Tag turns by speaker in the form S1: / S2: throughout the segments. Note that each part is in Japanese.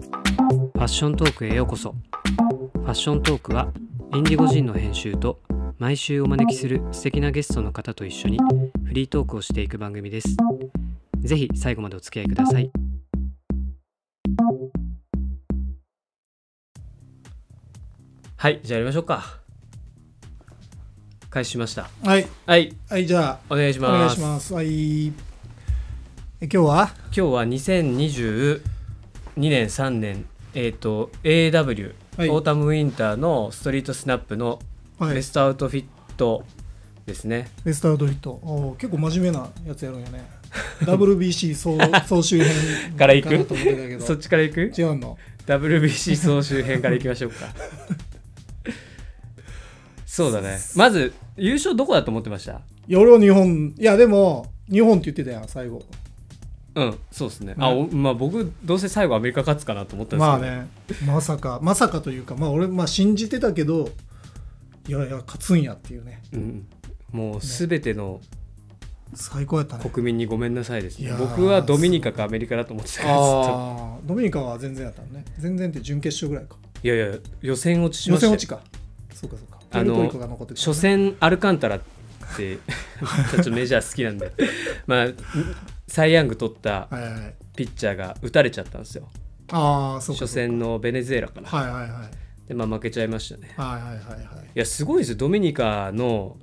S1: ァッショントークへようこそファッショントークはインディゴジンの編集と毎週お招きする素敵なゲストの方と一緒にフリートークをしていく番組ですぜひ最後までお付き合いくださいはいじゃあやりましょうか開始しました
S2: はい、
S1: はい
S2: はい、じゃあ、
S1: お願いし
S2: お願
S1: ま
S2: い
S1: す
S2: します。はい。え今日は
S1: 今日は2022年3年えっ、と AW、
S2: はい
S1: オータムウィンターのストリートスナップの
S2: はい
S1: ベストアウトフィットですね、
S2: ベストアウトフィット。おー結構真面目なやつやるん やね。WBC 総総集編
S1: から行く
S2: なと思ってたけ
S1: そっ
S2: ど。
S1: ちからいく
S2: 違うの
S1: WBC 総集編からいきま しょうかそうだねまず優勝どこだと思ってました
S2: いや俺は日本、いやでも、日本って言ってたやん、最後。
S1: うんそうですねあ、おまあ僕どうせ最後アメリカ勝つかなと思ったんですけど
S2: まあね、まさか、まさかというか、まあ俺、まあ信じてたけど、いやいや、勝つんやっていうね。
S1: うん、もう全ての
S2: 最高やったね。
S1: 国民にごめんなさいですね
S2: いやー
S1: 僕はドミニカかアメリカだと思ってたからずっと
S2: あードミニカは全然やったのね。全然って準決勝ぐらいか。
S1: いやいや予選落ちし
S2: 予
S1: ました
S2: 選
S1: よ
S2: 落ちか。そうかそうか。
S1: あ
S2: ペ
S1: の
S2: ルトリコが残ってるからね
S1: 初戦アルカンタラって ちょっとメジャー好きなんでまあサイ・ヤング取った
S2: はいはいはい。
S1: ピッチャーが打たれちゃったんですよ
S2: ああ、そうか。
S1: 初戦のベネズエラかな、
S2: はいはいはい。
S1: でまあ負けちゃいましたね
S2: はいはいはいはい。
S1: いやすごいですよドミニカの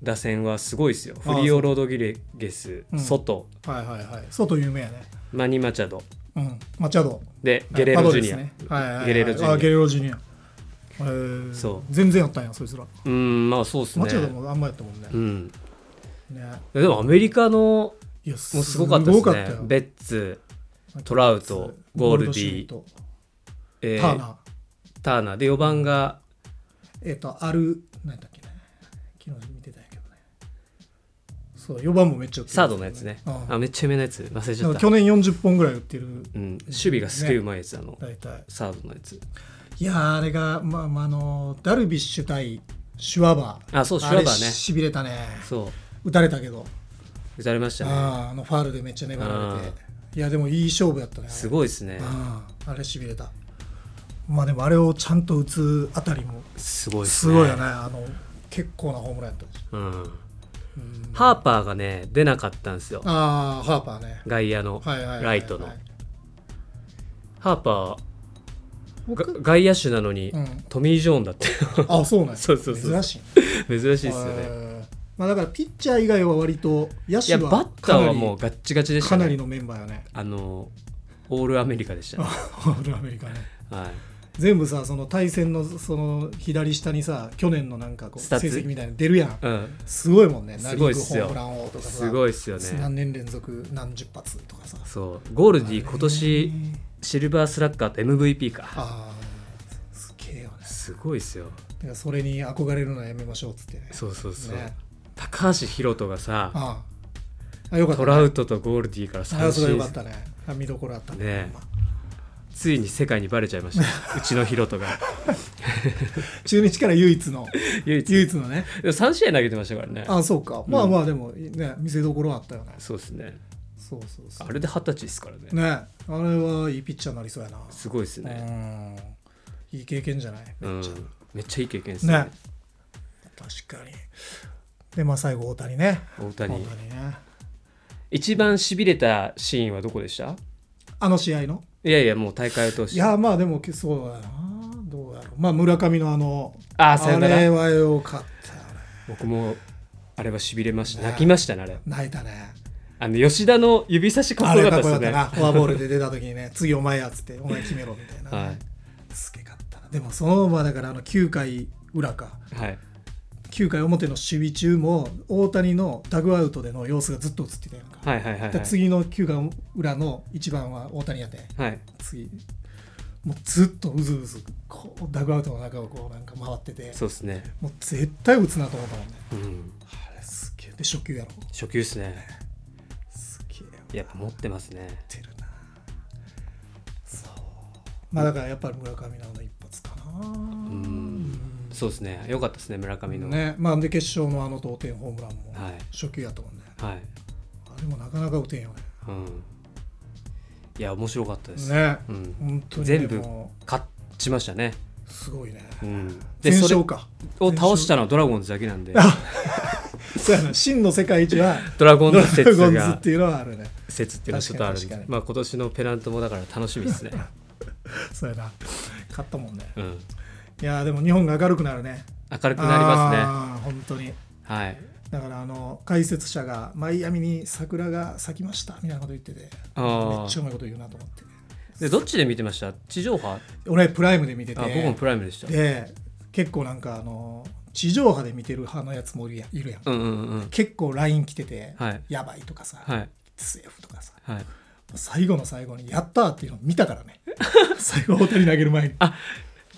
S1: 打線はすごいですよ
S2: あー
S1: フリオ・ロドギレゲス、
S2: うん
S1: ソト
S2: はいはいはい。外有名やね。
S1: マニ・マチャド
S2: うん。マチャド。
S1: でゲレーロジュニア、
S2: パドレスねはいはいはい。
S1: ゲレーロジュニア
S2: あ、ゲレーロジュニア。えー、
S1: そう
S2: 全然やったんや、そいつら。
S1: うんまあそうですね
S2: マチャドもあんまやったもんね。
S1: うん、
S2: ね
S1: でもアメリカの
S2: いや、
S1: もうすごかったですね
S2: よ
S1: ベッツ、トラウトゴールディ
S2: シュミット
S1: えー
S2: ターナー。
S1: ターナーで4番が
S2: えっ、と、アル、何だっけね。昨日見てたんやけどね。そう、4番もめっちゃ打ってる
S1: サードのやつね。
S2: うん
S1: あ、めっちゃ有名なやつ。忘れちゃ
S2: な
S1: っ
S2: んか
S1: た。
S2: 去年40本ぐらい打ってる、
S1: うん、守備がすげえうまいやつ、あの、
S2: 大体。
S1: サードのやつ。
S2: いやーあれが、まあまあ、あのダルビッシュ対シュワバー
S1: あそうシュワバーね
S2: あれしびれたね
S1: そう、
S2: 打たれたけど、
S1: 打たれましたね。
S2: あーあのファールでめっちゃ粘られ
S1: あ
S2: ていやでもいい勝負やったねあれ
S1: すごいですね。
S2: あーあれしびれたまあでもあれをちゃんと打つあたりも
S1: すごいっす
S2: す
S1: ね。
S2: ごいよねあの結構なホームランやったし
S1: うん。ハーパーがね、出なかったんですよ。
S2: ああハーパーね
S1: 外野の、
S2: はいはいはいはい
S1: ライトの。ハーパー、が外野手なのに
S2: うん、
S1: トミー・ジョーンだって。
S2: あそうなんや
S1: そうそうそう
S2: 珍しい
S1: 珍
S2: ね
S1: しいですよね。
S2: えーまあだからピッチャー以外は割と野
S1: いや、
S2: 手
S1: バッ
S2: は
S1: タ
S2: か
S1: ー
S2: な
S1: は
S2: り
S1: もうガッチガチでし
S2: か
S1: た
S2: なり
S1: ね。
S2: のメンバーよね
S1: あの、オールアメリカでしたね。
S2: オールアメリカね
S1: はい。
S2: 全部さその対戦のその左下にさ去年のなんかこう
S1: ス
S2: 成
S1: タッツ
S2: 績みたいなの出るやん
S1: うん。
S2: すごいもんね
S1: すごいっすよ
S2: ナ・リーグホームラン王とかさ
S1: すごいっすよね。
S2: 何年連続何十発とかさ
S1: そう。ゴールディ今年、シルバースラッガーと MVP か
S2: あーすげえよね
S1: すごいですよ
S2: だからそれに憧れるのはやめましょうっつってね
S1: そうそうそう、
S2: ね
S1: 高橋宏斗がさ
S2: あああよかった、
S1: トラウトとゴールディから
S2: あ
S1: 三
S2: あそれ
S1: 振
S2: よかったねあ見どころあったね
S1: ね
S2: ほんま
S1: ついに世界にバレちゃいました うちの宏斗が
S2: 中日から唯一の
S1: 唯一
S2: 唯一のね
S1: でも3試合投げてましたからね
S2: ああそうかまあまあでもね見せどころあったよね
S1: そうですね
S2: そうそうそ
S1: あ
S2: う
S1: れで二十歳ですからね
S2: ねあれはいいピッチャーになりそうやな
S1: すごいですね
S2: うんいい経験じゃない
S1: うん
S2: めっちゃ、
S1: めっちゃいい経験ですね
S2: ね確かにでまあ最後大谷ね
S1: 大
S2: 大
S1: 谷
S2: ね
S1: 一番しびれたシーンはどこでした
S2: あの試合の
S1: いやいやもう大会を通して
S2: いやまあでもそうだなどうやろうまあ村上のあの
S1: あーさよなら
S2: れはよかったよね
S1: 僕もあれはしびれました泣きましたねあれ
S2: 泣いたね
S1: あの吉田の指差しか
S2: あ
S1: っこ
S2: れ
S1: よか
S2: か
S1: っ
S2: っこ
S1: たで
S2: よか
S1: す
S2: った
S1: ね
S2: なフォアボールで出た時にね次お前やっつってお前決めろみたいな、
S1: はい
S2: すげかったなでもそのままだからあの9回裏か
S1: はい
S2: 9回表の守備中も大谷のダグアウトでの様子がずっと映ってたやんか
S1: はいはいはい
S2: だ
S1: は
S2: から
S1: い。
S2: 次の9回裏の1番は大谷やって
S1: はい、
S2: 次もうずっとうずうずこうダグアウトの中をこうなんか回ってて
S1: そうですね。
S2: もう絶対打つなと思ったもんね
S1: うん。
S2: あれすげえで初球やろ
S1: 初級ですね。
S2: すげえ
S1: や
S2: やっ
S1: っぱ持ってますね。
S2: てるなそうまあだからやっぱり村上なの一発かな
S1: うん。そうですね。良かったですね、村上の。
S2: ねまあで決勝のあの同点ホームランも
S1: はい
S2: 初球やったもんね
S1: はい。
S2: あれもなかなか打てんよね
S1: うん。いや面白かったです、
S2: ね
S1: うん、
S2: 本当に
S1: 全部
S2: でも
S1: 勝ちましたね、
S2: すごいね、
S1: うん、で
S2: 全
S1: それ
S2: 勝
S1: を
S2: か
S1: 倒したのはドラゴンズだけなんで
S2: そうやな真の世界一は
S1: ドラゴン
S2: ドラ
S1: ズ説
S2: ゴンズっ
S1: が
S2: ていうのはあるね
S1: 説っていうのはちょっとあるん
S2: 確かに
S1: で
S2: 確か、に
S1: まあ、今年のペナントもだから楽しみ ですね、
S2: そうやな勝ったもんね
S1: うん、
S2: いやーでも日本が明るくなるね
S1: 明るくなりますね
S2: あー本当に
S1: はい
S2: だからあの解説者がマイアミに桜が咲きましたみたいなこと言ってて
S1: あ
S2: めっち
S1: ー
S2: ゃうまいこと言うなと思って
S1: でどっちで見てました地上波あ
S2: 俺プライムで見てて
S1: 僕もプライムでした
S2: で結構なんかあの地上波で見てる派のやつもいるやんいるやん、
S1: うんうんうん
S2: 結構 LINE 来てて、
S1: はい
S2: やばいとかさ、
S1: はい
S2: SF とかさ
S1: はい
S2: 最後の最後にやったーっていうの見たか らね最後ホテル投げる前に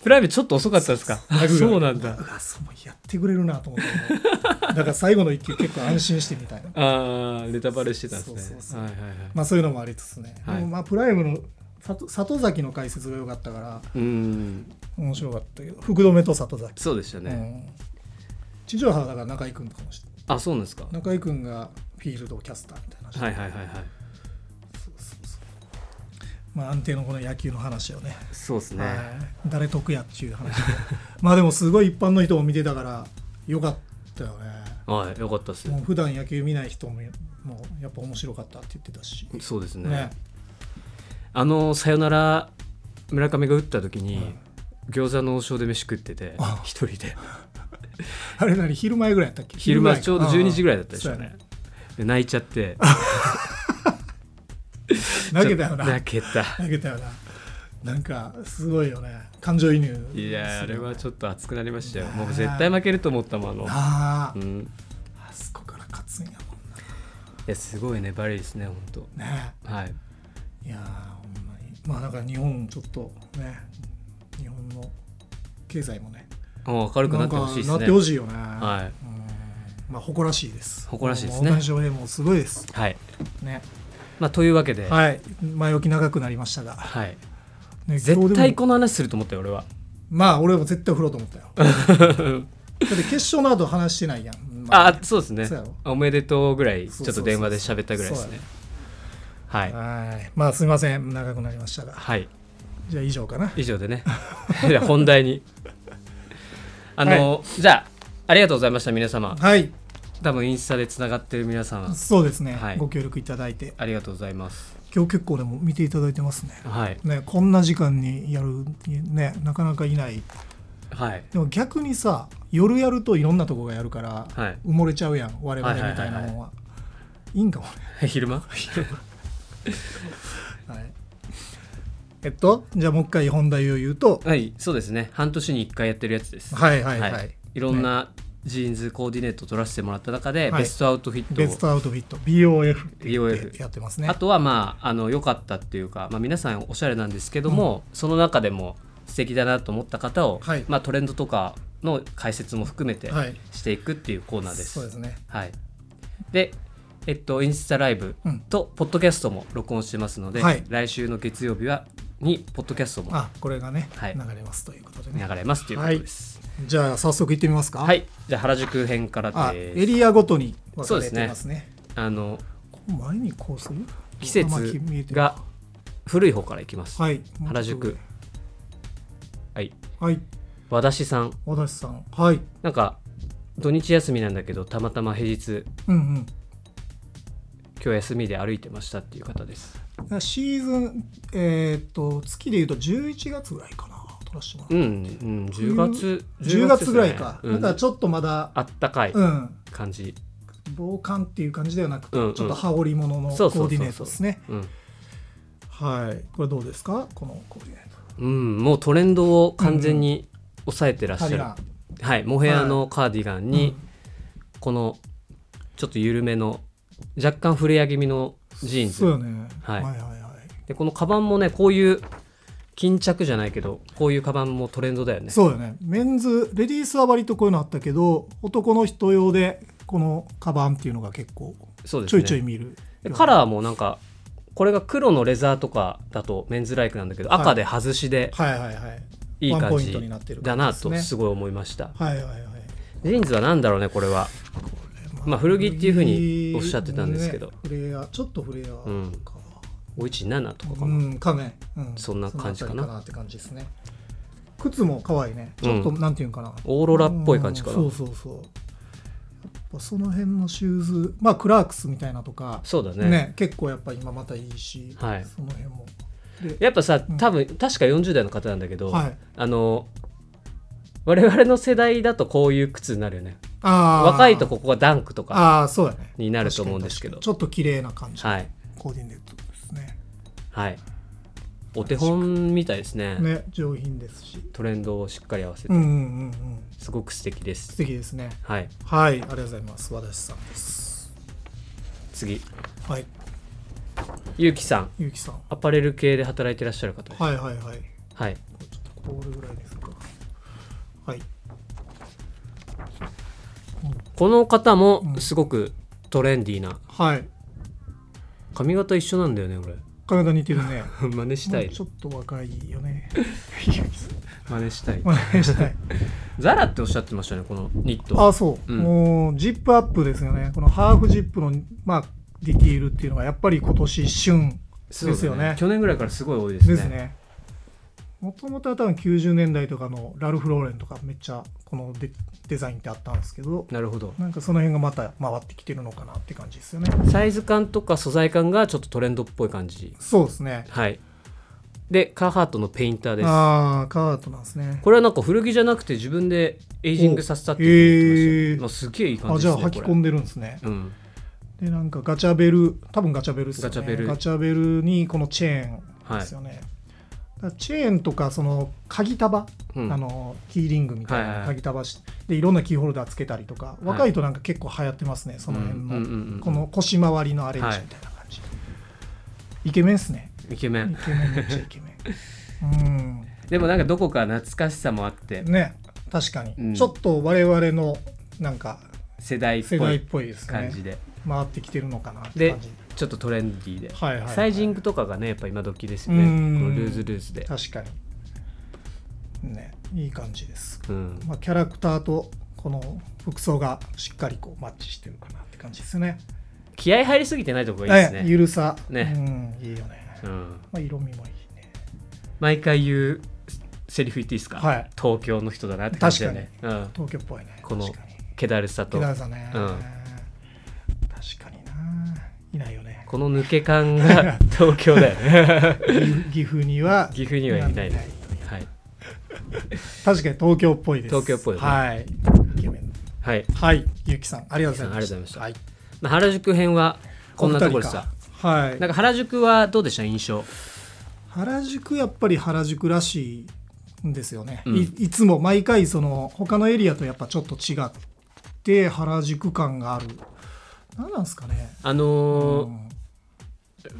S1: プライムちょっと遅かったですか
S2: ラグがあ
S1: あ
S2: る
S1: そうなんだ
S2: うわそうやってくれるなと思ってだから最後の一球結構安心してみたいな
S1: ああネタバレしてたんですね
S2: そうそうそう
S1: はいはいはい
S2: まあそういうのもありつつね、
S1: はい
S2: でもまあプライムの里里崎の解説が良かったから
S1: うん
S2: 面白かったけど福留と里崎、
S1: そうでしたね、
S2: うん、地上波はだから中居君とかもして
S1: あそうなんですかは
S2: 中居君がフィールドキャスターみたいな、
S1: いはいはいはい
S2: そうそうそうまあ安定のこの野球の話をね
S1: そうですね、
S2: はい誰得やっちゅう話 まあでもすごい一般の人も見てたからよかったよね
S1: はい、よかったです
S2: もう普段野球見ない人ももうやっぱ面白かったって言ってたし
S1: そうですね
S2: ね
S1: あのさよなら村上が打った時に、
S2: うん
S1: 餃子の王将で飯食ってて
S2: あ
S1: 一人で
S2: あれ何昼前ぐらいやったっけ
S1: 昼間ちょうど12時ぐらいだったで
S2: で
S1: し
S2: し
S1: ょ
S2: ょ
S1: うねで泣いちゃって
S2: 投げたよ
S1: ちょ
S2: な
S1: 泣け た
S2: 投げたよななんかすごいよね感情移入
S1: いやーあれはちょっと熱くなりましたよもう絶対
S2: ね
S1: 負けると思ったもんあの
S2: あ
S1: う
S2: あ、
S1: んい
S2: あそこから勝つんやもん
S1: やすごい粘りですね本
S2: なね
S1: 当はい
S2: いやーほんまにまあだから日本ちょっとね日本の経済もね
S1: もう明るくなってほしいです
S2: なんかな
S1: ね
S2: ってほしいよね。
S1: は
S2: うんまあ誇らしいです。
S1: 誇らしいですね
S2: もう大谷翔平もすごいです。
S1: いはい
S2: ね。
S1: まあというわけではい、
S2: はい。前置き長くなりましたが、ね
S1: 絶
S2: 今日で
S1: 対
S2: も
S1: この話すると思ったよ俺は
S2: まあ俺も絶対振ろうと思 ったよ。だって決勝の後話してないやん。ま
S1: あそうですね
S2: そうやろ
S1: おめでとうぐらいち
S2: そ
S1: ょ
S2: う
S1: っ
S2: そ
S1: と
S2: うそう
S1: 電話で喋ったぐらいですねはい
S2: はい。まあすみません長くなりましたが、
S1: はい
S2: じゃあ以上かな。
S1: 以上でね じゃあ本題にあの、じゃあありがとうございました皆様
S2: はい。
S1: 多分インスタでつながってる皆さん
S2: そうですね。
S1: はい
S2: ご協力いただいて、
S1: ありがとうございます
S2: 今日結構でも見ていただいてますね。
S1: はい
S2: ねこんな時間にやるねなかなかいない。
S1: はい
S2: でも逆にさ夜やるといろんなとこがやるから、
S1: はい
S2: 埋もれちゃうやん我々みたいなもんは,、
S1: はいいはいい
S2: んかもね、
S1: 昼間
S2: はい、えっとじゃあもう一回本題を言うと
S1: はいそうですね半年に1回やってるやつです
S2: はいはいはい、
S1: いろんなジーンズコーディネート取らせてもらった中で、
S2: はい
S1: ベストアウトフィットを
S2: ベストアウトフィット BOF って言
S1: BOF
S2: ってやってますね
S1: あとはまああの良かったっていうか、まあ、皆さんおしゃれなんですけども、その中でも素敵だなと思った方を、
S2: はい
S1: まあ、トレンドとかの解説も含めて
S2: はい
S1: していくっていうコーナーです。
S2: そうですね
S1: はい、で、えっと、インスタライブ
S2: うん
S1: とポッドキャストも録音してますので、
S2: はい
S1: 来週の月曜日はにポッドキャストも
S2: あこれがね、
S1: はい
S2: 流れますということでね
S1: 流れますということです。
S2: じゃあ早速行ってみますか
S1: はい、じゃあ原宿編から
S2: あ
S1: です。
S2: エリアごとに分かれてますね
S1: あの
S2: 前にこうする
S1: 季
S2: あまあ
S1: 節
S2: 見えてる
S1: が古い方からいきます。
S2: はい
S1: 原宿はい、
S2: はい
S1: 和田氏さん
S2: 和田さんはい
S1: なんか土日休みなんだけどたまたま平日
S2: うんうん
S1: 今日休みで歩いてましたっていう方です
S2: シーズン、えー、と月でいうと11月ぐらいかな撮らせても
S1: う
S2: ら
S1: ん
S2: う、
S1: うん10月
S2: 10月ぐらいか、
S1: 10月です
S2: だ
S1: ねうん
S2: からちょっとまだ、
S1: あったかい
S2: うん、
S1: 感じ、
S2: 防寒っていう感じではなくて、
S1: うんうん
S2: ちょっと羽織物のコ
S1: そうそうそうそう
S2: ーディネートですね
S1: うん
S2: はいこれどうですかこのコーディネート
S1: うん、もうトレンドを完全に抑えてらっしゃ
S2: カ
S1: る、
S2: リガ
S1: はいモヘアのカーディガン
S2: ン
S1: に、このちょっと緩めの若干フレア気味のジーン
S2: そう
S1: ズ
S2: よね、
S1: はい
S2: はいはいはい
S1: でこのカバンもねこういう巾着じゃないけどこういうカバンもトレンドだよね
S2: そうよねメンズレディースは割とこういうのあったけど男の人用でこのカバンっていうのが結構
S1: そうです
S2: ちょ
S1: ね
S2: いちょい見る、
S1: でカラーもなんかこれが黒のレザーとかだとメンズライクなんだけど
S2: はい
S1: 赤で外しで
S2: はいはいはい
S1: いい
S2: ワン
S1: 感
S2: ポイン
S1: じ
S2: トになってる
S1: だ
S2: 感
S1: な
S2: じです
S1: と
S2: ね
S1: すごい思いました
S2: はいはいはい
S1: ジーンズは何だろうねこれはまあ古着っていうふうにおっしゃってたんですけど
S2: ね、フレアちょっとフレアとか、
S1: うん517とかか
S2: う
S1: な、
S2: んかね、うん、
S1: そんな感じかな
S2: そのあたりって感じですね靴も可愛いねちょっと、
S1: うん
S2: なんていうんかな
S1: オーロラっぽい感じかな、
S2: うんそうそうそうやっぱその辺のシューズまあクラークスみたいなとか
S1: そうだ
S2: ね
S1: ね
S2: 結構やっぱ今またいいし、
S1: はい
S2: その辺も
S1: やっぱさ
S2: うん
S1: 多分確か40代の方なんだけど、
S2: はい
S1: あの我々の世代だとこういう靴になるよね
S2: あー
S1: 若いとここがダンクとか
S2: ああそうやね
S1: になると思うんですけど
S2: 確かに確かにちょっと綺麗な感じの
S1: はい
S2: コーディネートですね、
S1: はいお手本みたいですね
S2: ね上品ですし
S1: トレンドをしっかり合わせて、
S2: うんうんうんうん
S1: すごく素敵で
S2: 素
S1: す
S2: 敵ですね
S1: はい
S2: はいありがとうございます和田さんです
S1: 次
S2: はい
S1: ゆうきさん
S2: ゆうきさん
S1: アパレル系で働いてらっしゃる方です
S2: はいはいはい
S1: はい
S2: ちょっとこれぐらいですかはい
S1: この方も
S2: うん
S1: すごくトレンディーな
S2: はい
S1: 髪型一緒なんだよね
S2: 体似てる ね
S1: 俺 真似した
S2: も
S1: いう
S2: ちょっと若いよ ね
S1: 真似したい
S2: まあした い
S1: ザラっておっしゃってましたねこのニット
S2: あそう、
S1: うん
S2: もうジップアップですよねこのハーフジップの、まあ、ディティールっていうのがやっぱり今年旬
S1: そうだ
S2: ですよね
S1: 去年ぐらいからすごい多いですね
S2: ですねもともとは多分90年代とかのラルフ・ローレンとかめっちゃこのデデザインってあったんですけど
S1: なるほど
S2: なんかその辺がまた回ってきてるのかなって感じですよね
S1: サイズ感とか素材感がちょっとトレンドっぽい感じ
S2: そうですね
S1: はいでカーハートのペインターです
S2: ああカートなんですね
S1: これはなんか古着じゃなくて自分でエイジングさせたって
S2: おへー
S1: まあ、すげえいい感
S2: あ
S1: じ
S2: じ
S1: です
S2: ゃあ
S1: ね
S2: 履き
S1: これ
S2: 込んでるんですね
S1: うん
S2: でなんかガチャベル多分ガチャベルですよね
S1: ガチャベル
S2: ャベルにこのチェーン
S1: はい
S2: ですよね、だからチェーンとかその鍵束、
S1: うん
S2: あのキーリングみたい
S1: はいはいは
S2: ない鍵束し、でいろんなキーホルダーつけたりとか
S1: い
S2: 若いとなんか結構流行ってますねその辺の、
S1: うんうんうんうん
S2: この腰回りのアレンジみたいな感じ、イケメンっすね
S1: イケメ
S2: イ
S1: ン
S2: ケメンめっちゃイケメン
S1: でもなんかどこか懐かしさもあって
S2: うんね確かに、
S1: うん
S2: ちょっと我々のなんか
S1: 世代っ
S2: 世
S1: ぽ
S2: 代っ
S1: い
S2: ぽいです
S1: 感
S2: ね
S1: じで
S2: 回ってきてるのかなって
S1: で
S2: 感じ
S1: ちょっとトレンディーで、
S2: はいはいはい
S1: サイジングとかがねやっぱ今時ですよね
S2: うん
S1: このルーズルーズで、
S2: 確かにねいい感じです、
S1: うん、
S2: まあ、キャラクターとこの服装がしっかりこうマッチしてるかなって感じですね
S1: 気合入りすぎてないとこがいいで
S2: え
S1: す
S2: え
S1: ね、
S2: ゆるさ、
S1: ね
S2: うんいいよね、
S1: うん、
S2: まあ、色味もいいね
S1: 毎回言うセリフ言っていいですか、
S2: はい
S1: 東京の人だなって感じだよね、うん、
S2: 東京っぽいね
S1: この
S2: 確かに
S1: 気だるさと
S2: 木田さんね、
S1: うん
S2: 確かにないないよね
S1: この抜け感が 東京だよね
S2: 岐阜には
S1: 岐阜にはいない
S2: な
S1: ねはい、
S2: 確かに東京っぽいです
S1: 東京っぽいよね
S2: はいイケメン
S1: はい
S2: はいゆうきさんありがとうございました
S1: ゆうきさんあ
S2: はい
S1: りまあ、原宿編はこんなところで
S2: お
S1: さ
S2: 二人かはい
S1: なんか原宿はどうでした印象
S2: 原宿やっぱり原宿らしいんですよね、
S1: うん
S2: いいつも毎回その他のエリアとやっぱちょっと違って原宿感がある何なんですかね、
S1: あ
S2: う
S1: のー
S2: ん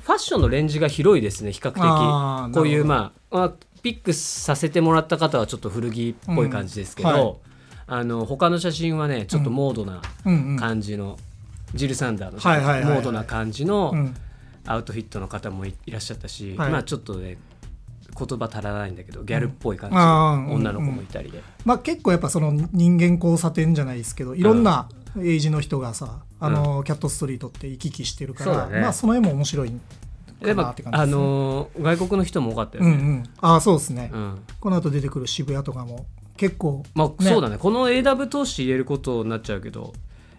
S1: ファッションのレンジが広いですね比較
S2: あーなるほ
S1: 的
S2: ど
S1: こういうまあ、まあピックさせてもらった方はちょっと古着っぽい感じですけど、
S2: うんはい
S1: あの他の写真はねちょっとモードな
S2: うんうん
S1: 感じの、ジル・サンダーの、
S2: はいはいはいはい
S1: モードな感じの、
S2: うん
S1: アウトフィットの方もいいらっしゃったし、
S2: はい
S1: まあちょっとね言葉足らないんだけどギャルっぽい感じ
S2: あー
S1: の女の子もいたりで、
S2: まあ、結構やっぱその人間交差点じゃないですけどいろんなエイジの人がさ、あのキャットストリートって行き来してるか
S1: そう
S2: ら
S1: だね
S2: まあ、その辺も面白いか
S1: やっ
S2: なっ
S1: ぱ
S2: て感じ
S1: あ
S2: です、ね
S1: のー外国の人も多かったよ
S2: うんう
S1: ね。
S2: ん、ああそうですね、
S1: うん
S2: この後出てくる渋谷とかも結構
S1: まあ、そうだねこの AW 投資入れることになっちゃうけど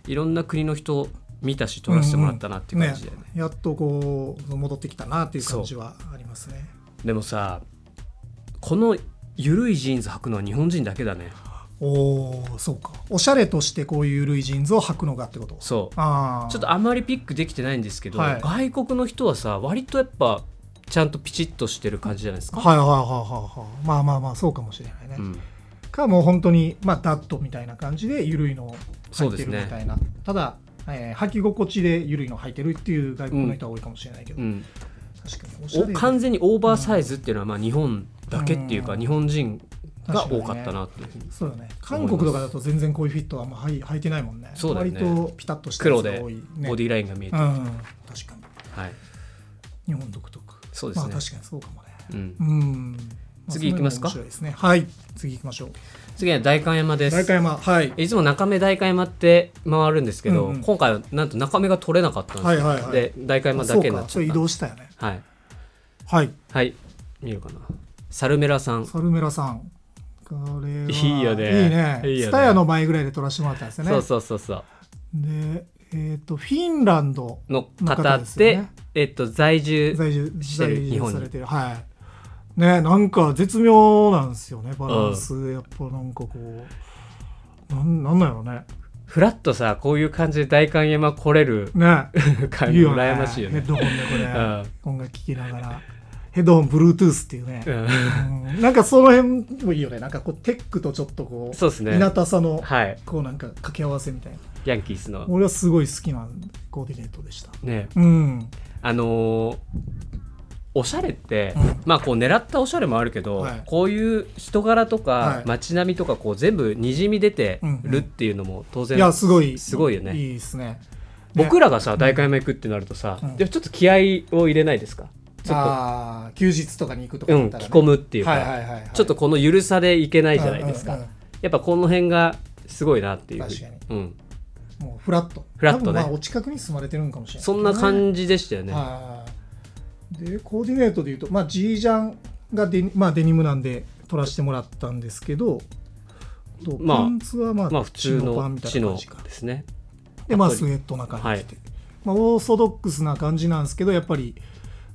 S1: いろんな国の人見たし撮らせてもらったなっていう感じだよね,、
S2: うんうんねやっとこう戻ってきたなっていう感じはありますね
S1: でもさこの緩いジーンズ履くのは日本人だけだね
S2: おおそうかおしゃれとしてこういう類ジーンズを履くのがってこと
S1: そう
S2: ああ
S1: ちょっとあまりピックできてないんですけど、
S2: はい
S1: 外国の人はさ割とやっぱちゃんとピチッとしてる感じじゃないですか、
S2: はいはいはいはいはいまあまあまあそうかもしれないね、
S1: うん、
S2: かもう本当にまあダットみたいな感じでゆるいのを
S1: そ
S2: 履
S1: うで
S2: いて
S1: す
S2: る
S1: ね
S2: みたいな、ただ、えー履き心地でゆるいの履いてるっていう外国の人は多いかもしれないけど、
S1: うん、
S2: 確かにおしゃ
S1: お
S2: れ
S1: 完全にオーバーサイズっていうのはまあ日本だけっていうか
S2: うん
S1: 日本人が多かったなっていうふうに
S2: そうだね韓国とかだと全然こういうフィットはあんま履い履いてないもんね
S1: そうだよね
S2: 割とピタッとしたや
S1: 黒
S2: つ
S1: で
S2: が多い、ね、
S1: ボディラインが見えて
S2: うん確かに
S1: はい
S2: 日本独特
S1: そうですね
S2: まあ確かにそうかもね
S1: うん
S2: うん、
S1: 次行きますか
S2: その辺も面白いですねはい次行きましょう
S1: 次は代官山です
S2: 代官山はい
S1: いつも中目代官山って回るんですけど、
S2: うんうん
S1: 今回はなんと中目が取れなかったんですよ、
S2: はいはいはい
S1: で代官山だけになっ
S2: そうかそ
S1: ちゃ
S2: れ
S1: っ
S2: 移
S1: た
S2: 動したよね
S1: はい
S2: はい
S1: はい見るかなサルメラさん
S2: サルメラさんこれはい
S1: いよね
S2: いいね
S1: いいよね
S2: スタヤの前ぐらいで撮らせてもらったんですよね
S1: そうそうそうそう
S2: でえっ、とフィンランド
S1: の
S2: の
S1: 方
S2: 方
S1: で
S2: ですよね
S1: えっと在住
S2: 在住
S1: してる
S2: 在
S1: 日本に
S2: 住されてるはいねなんか絶妙なんですよねバランスやっぱなんかこうなんなんだろうね
S1: フラッとさこういう感じで代官山来れる
S2: ね
S1: 感
S2: い
S1: じ
S2: いよね
S1: 羨ましいよ
S2: ヘ
S1: ね
S2: ッドホンでこれ、
S1: うん
S2: 音楽聴きながらヘッドホン Bluetooth っていうね、
S1: うん
S2: うんなんかその辺もいいよねなんかこうテックとちょっとこう
S1: そうですね
S2: 日向さの
S1: はい
S2: こうなんか掛け合わせみたいな
S1: ヤンキースの
S2: 俺はすごい好きなコーディネートでした
S1: ね
S2: うん
S1: あのーおしゃれって、
S2: うん
S1: まあこう狙ったおしゃれもあるけど、
S2: はい
S1: こういう人柄と
S2: は
S1: か
S2: い
S1: 街並みとかこう全部にじみ出て
S2: うんうん
S1: るっていうのも当
S2: い
S1: 然、
S2: やすごい
S1: すごいよね
S2: いいですね
S1: 僕
S2: ら
S1: らがさ大会山行くってなるとさ、
S2: うん
S1: でもちょっと気合を入れないですかちょっ
S2: ああ休日とかに行くと
S1: と、
S2: か
S1: う
S2: だっ
S1: ん
S2: たらね
S1: 着込むっていうか、
S2: はいはいはいはい
S1: ちょっとこの緩さでいけないじゃないですか、
S2: うんうん
S1: やっぱこの辺がすごいなっていうふう
S2: 確かに
S1: うん、
S2: うんもうフラット
S1: フラットね
S2: 多分まあお近くに住まれてるんかもしれない
S1: そんな感じでしたよね、
S2: はいでコーディネートでいうと、まあ、ジージャンがデニ,、まあ、デニムなんで取らせてもらったんですけどと
S1: まあ
S2: パンツはまあ
S1: まあ普通
S2: チノパ
S1: の
S2: ンみた
S1: 知
S2: いな
S1: 能
S2: 感じか
S1: ですね
S2: でまあ
S1: やっ
S2: ス
S1: ぱ
S2: ウ
S1: り
S2: ェットな感じで、まあ、オーソドックスな感じなんですけどやっぱり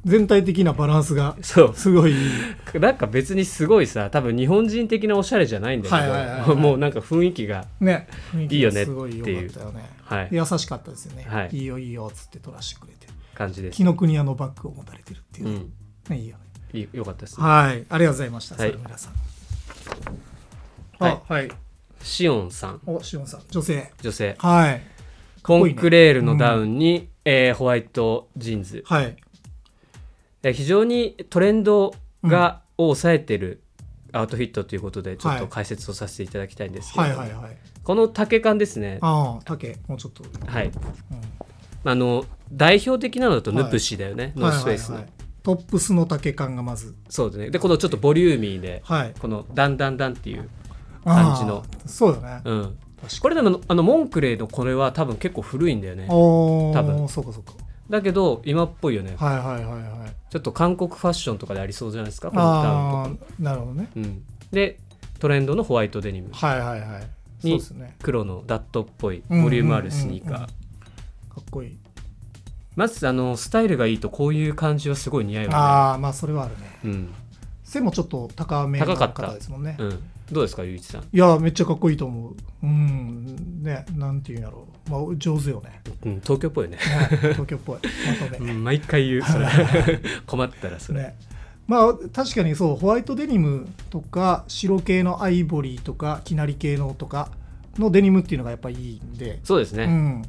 S2: 全体的なバランスが
S1: そう
S2: すごいいい
S1: なんか別にすごいさ多分日本人的なおしゃれじゃないんだけど、
S2: はいはいはいはい
S1: もうなんか雰囲気が
S2: ね
S1: いいよね
S2: 雰囲気がすごい良かったよね
S1: はい
S2: で優しかったですよね、
S1: はい
S2: いよいいよっつって取らせてくれて
S1: 感じです
S2: 紀ノ国屋のバッグを持たれてるっていうう、ね
S1: ん
S2: いいよ
S1: い
S2: ね
S1: いよかったですね
S2: はいありがとうございました
S1: はい
S2: 猿村さん、
S1: はい
S2: あはい
S1: シオンさん
S2: おしおんさん女性
S1: 女性
S2: はい
S1: コ
S2: こいい
S1: ン
S2: ね
S1: クレールのダウンに、えーホワイトジーンズ
S2: はい
S1: え非常にトレンドが、を抑えてるアウトフィットということでちょっと解説をさせていただきたいんですけれ
S2: は
S1: ど
S2: い
S1: も、
S2: はいはい
S1: この丈感ですね
S2: ああ竹もうちょっと、
S1: はい
S2: うん
S1: あの代表的なのだとヌプシだよね、ノースフェイスの、
S2: はいはいはいトップスの竹感がまず
S1: そうだねでこのちょっとボリューミーで
S2: はい
S1: このダンダンダンっていう
S2: ああ
S1: 感じの
S2: そうだね、
S1: うん
S2: 確
S1: こ
S2: か
S1: れでもあのモンクレーのこれは多分結構古いんだよね
S2: におお
S1: 多分
S2: そうかそうか
S1: だけど今っぽいよね
S2: はいはいはいはい
S1: ちょっと韓国ファッションとかでありそうじゃないですかこのダウン
S2: ああなるほどね
S1: とか、うん、でトレンドのホワイトデニム
S2: はいはいはいそう
S1: に
S2: ですね
S1: 黒のダットっぽいボリュームあるスニーカー、
S2: うんうんうんかっこいい
S1: まずあのスタイルがいいとこういう感じはすごい似合うよ
S2: ああまあそれはあるね
S1: ねうん、
S2: 背もちょっと高めの
S1: 高かった
S2: 方ですもんね
S1: うん、どうですかゆういちさん、
S2: いやめっちゃかっこいいと思ううんねなんていうんやろう、まあ、上手よね
S1: うん、東京っ ぽいよね
S2: ね東京っぽいまと
S1: う
S2: め
S1: ん毎回言う それ困ったらそれ、
S2: ねまあ確かにそうホワイトデニムとか白系のアイボリーとかきなり系のとかのデニムっていうのがやっぱいいんで、
S1: そうですね、
S2: うん、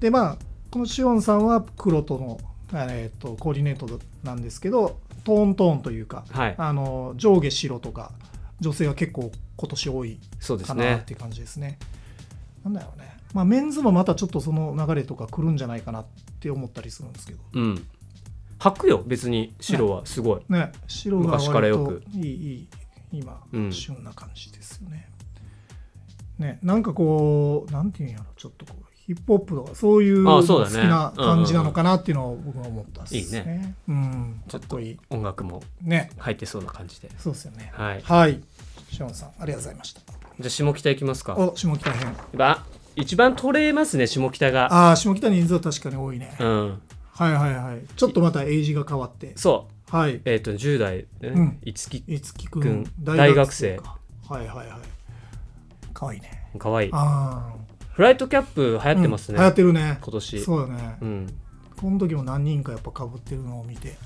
S2: でまあこのシオンさんは黒との、えー、とコーディネートなんですけどトーントーンというか
S1: はい
S2: あの上下白とか女性は結構今年多い
S1: そうです
S2: かなっ
S1: ね
S2: ていう感じですね。なんだろうね、まあ、メンズもまたちょっとその流れとか来るんじゃないかなって思ったりするんですけど、
S1: うん履くよ別に白はすごい、
S2: ね、白が
S1: 昔から
S2: 割
S1: よ
S2: と
S1: く
S2: いいいい今、
S1: うん
S2: 旬な感じですよね。ね、なんかこうなんていうんやろちょっとこうヒップホップとかそういう
S1: あ
S2: 好き
S1: そうだね
S2: な感じなのかなっていうのを僕は思ったっすね。
S1: いい
S2: ねうん、
S1: ち
S2: か
S1: ょっ
S2: っ
S1: と
S2: こいい。
S1: 音楽も
S2: ね、
S1: 入ってそうな感じで
S2: そうですよね。
S1: はい
S2: はい、シオンさんありがとうございました。
S1: じゃあ下北行きますか
S2: お下北編。
S1: あ一番取れますね下北が
S2: ああ、下北に人数は確かに多いね。
S1: うん
S2: はいはいはい。ちょっとまたエイジが変わって。
S1: そう
S2: はい。
S1: えっ、と10代で
S2: う
S1: ね
S2: ん
S1: 五木
S2: いつきく
S1: く
S2: ん
S1: ん、
S2: かはいはいはい。かわいいね。
S1: かわいい
S2: ああ。
S1: フライトキャップ流行ってますね、
S2: うん流行ってるね。
S1: 今年
S2: そうだね
S1: う。ん
S2: この時も何人かやっぱかぶってるのを見て。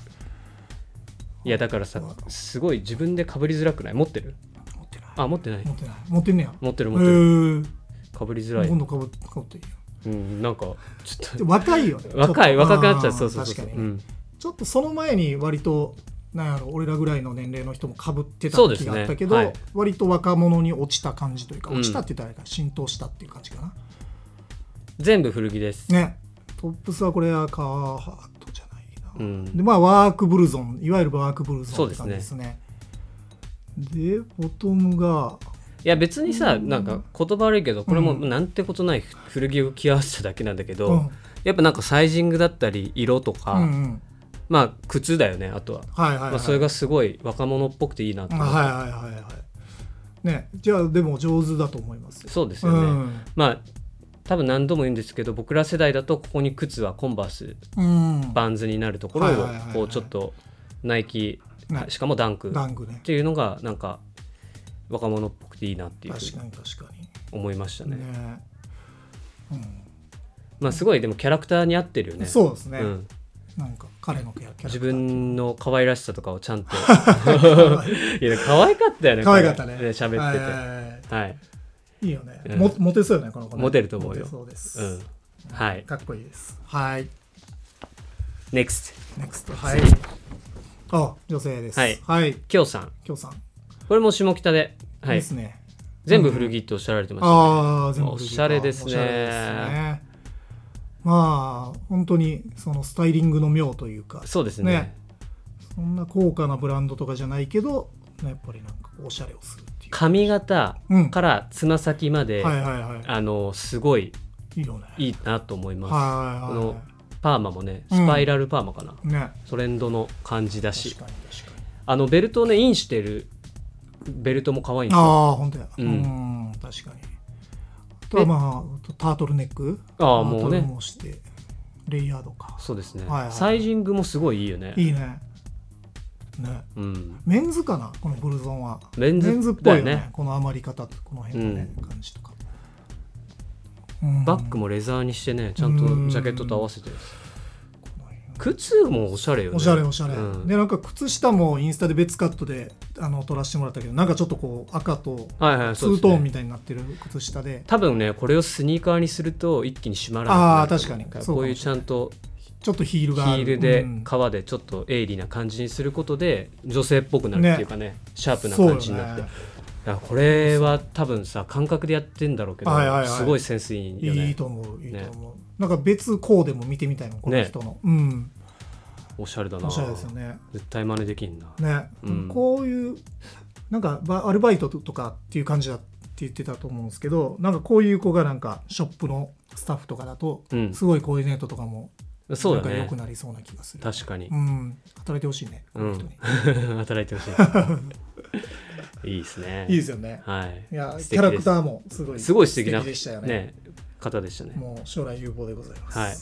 S1: いやだからさすごい自分でかぶりづらくない持ってる
S2: 持ってない。
S1: あ持ってない
S2: 持ってない。持ってんねや。
S1: 持ってる持ってる
S2: へ
S1: かぶりづら
S2: え。
S1: い
S2: 今度かぶかぶっていいよ。
S1: うんなんかちょっ
S2: で若いよね。
S1: と 若い
S2: ちょっと
S1: 若くなっちゃう
S2: あー
S1: そうそうそう
S2: 確か
S1: う
S2: に。
S1: ん
S2: ちょっとその前に割と。なんやろ俺らぐらいの年齢の人もかぶってた
S1: そうです
S2: 時
S1: ね
S2: があったけど、
S1: はい
S2: 割と若者に落ちた感じというか、
S1: うん
S2: 落ちたって言ったらあれか浸透したっていう感じかな、
S1: 全部古着です、
S2: ねトップスはこれはカーハートじゃないな、
S1: うん
S2: でまあワークブルゾンいわゆるワークブルゾ
S1: そ
S2: ン
S1: う
S2: っ
S1: で
S2: て
S1: す
S2: 感
S1: ね
S2: じですねでボトムが
S1: いや別にさなんか言葉悪いけどこれもなんてことない古着を着合わせただけなんだけど、
S2: うん
S1: やっぱなんかサイジングだったり色とか、
S2: うんうん
S1: まあ靴だよねあとは、
S2: はいはいはい、
S1: まあ、それがすごい若者っぽくていいなと
S2: あ
S1: 思う
S2: はいはいはいはいねじゃあでも上手だと思います
S1: そうですよね、
S2: うん
S1: まあ多分何度も言うんですけど僕ら世代だとここに靴はコンバース
S2: うん、
S1: バンズになるところを
S2: はいはいはいはい
S1: こうちょっとナイキ
S2: ね
S1: しかもダンク
S2: ダ
S1: っ
S2: ンクね
S1: ていうのがなんか若者っぽくていいなっていうふうに
S2: 確かに確か
S1: 思いました
S2: に
S1: ね
S2: ねうん
S1: まあすごいでもキャラクターに合ってるよね
S2: そうですね、
S1: うん、
S2: なんか彼のキャラクター
S1: 自分の可愛らしさとかをちゃ んと
S2: 可愛い
S1: いや可愛かったよね
S2: 可愛かったね
S1: これ喋ってて、
S2: はいはいはい
S1: はい、
S2: いいよね、
S1: うん
S2: もモテそうよねこの子ね
S1: モテると思うよ
S2: モテそうです、
S1: うん、はい
S2: かっこいいですはい
S1: NEXT
S2: NEXT はいあ女性です
S1: はい
S2: はい
S1: きょうさん
S2: きょうさん、、
S1: これも下北で、はい
S2: い
S1: い
S2: ですね
S1: 全部古着っておっしゃられてました、
S2: ああ全部
S1: おしゃれですね
S2: おしゃれですねまあ本当にそのスタイリングの妙というか
S1: そうですね
S2: ねそんな高価なブランドとかじゃないけどやっぱりなんかおしゃれをするってい
S1: 髪型
S2: うん
S1: からつま先まで、
S2: うはいはいは
S1: あのすごい
S2: いいいよね
S1: いいなと思います、
S2: はいはい
S1: こ
S2: は
S1: のパーマもね
S2: うん
S1: スパイラルパーマかな、
S2: いね
S1: トレンドの感じだし
S2: 確かに確かに
S1: あのベルトをねインしてるベルトも可愛いんですよ
S2: ああ本当や
S1: う
S2: うんん確かにあとはまあタートルネック
S1: ああもうね
S2: タートルもしてレイヤードか
S1: そうですね、
S2: はいはい
S1: サイジングもすごいいいよね
S2: いいねね
S1: うん、
S2: メンズかなこのブルゾンは
S1: メンズ
S2: メンズっぽい
S1: だ
S2: よね
S1: よね
S2: この余り方とこの辺のね、感じとか、うん
S1: バッグもレザーにしてねちゃんとジャケットと合わせて
S2: この辺
S1: 靴もおしゃれよね
S2: おしゃれおしゃれ、
S1: うん
S2: でなんか靴下もインスタで別カットであの撮らせてもらったけどなんかちょっとこう赤と
S1: はいはい
S2: ツ
S1: そうで
S2: ー
S1: すね
S2: トーンみたいになってる靴下で
S1: 多分ねこれをスニーカーにすると一気に締まらない
S2: あー確かにそう
S1: こ
S2: かも
S1: う
S2: しれない
S1: いうちゃんと
S2: ちょっとヒール
S1: ヒ
S2: がある
S1: ールで
S2: うん
S1: 革でちょっと鋭利な感じにすることで女性っぽくなるっていうかねシャープな感じになって、
S2: そうよね
S1: いやこれは多分さ感覚でやってんだろうけど、
S2: はいはいはい
S1: すごいセンスいいよね
S2: いいと思ういいと思う、なんか別コーデも見てみたいのこの人の、うん
S1: おしゃれだな
S2: おしゃれですよね
S1: 絶対真似できんな
S2: ね、
S1: うん
S2: こういうなんかバアルバイトとかっていう感じだって言ってたと思うんですけどなんかこういう子がなんかショップのスタッフとかだと
S1: うん
S2: すごいコーディネートとかも
S1: そう
S2: なん
S1: だ
S2: か良
S1: ね
S2: くなりそうな気がする、
S1: 確かに
S2: う、ん働いてほしいね、
S1: うん
S2: 本当に
S1: 働いてほし いいいですね
S2: いいですよね
S1: はい
S2: いや
S1: 素敵です
S2: キャラクターもすごい
S1: すごい素敵な
S2: でしたよね
S1: ね方でしたね
S2: もう将来有望でございます
S1: はい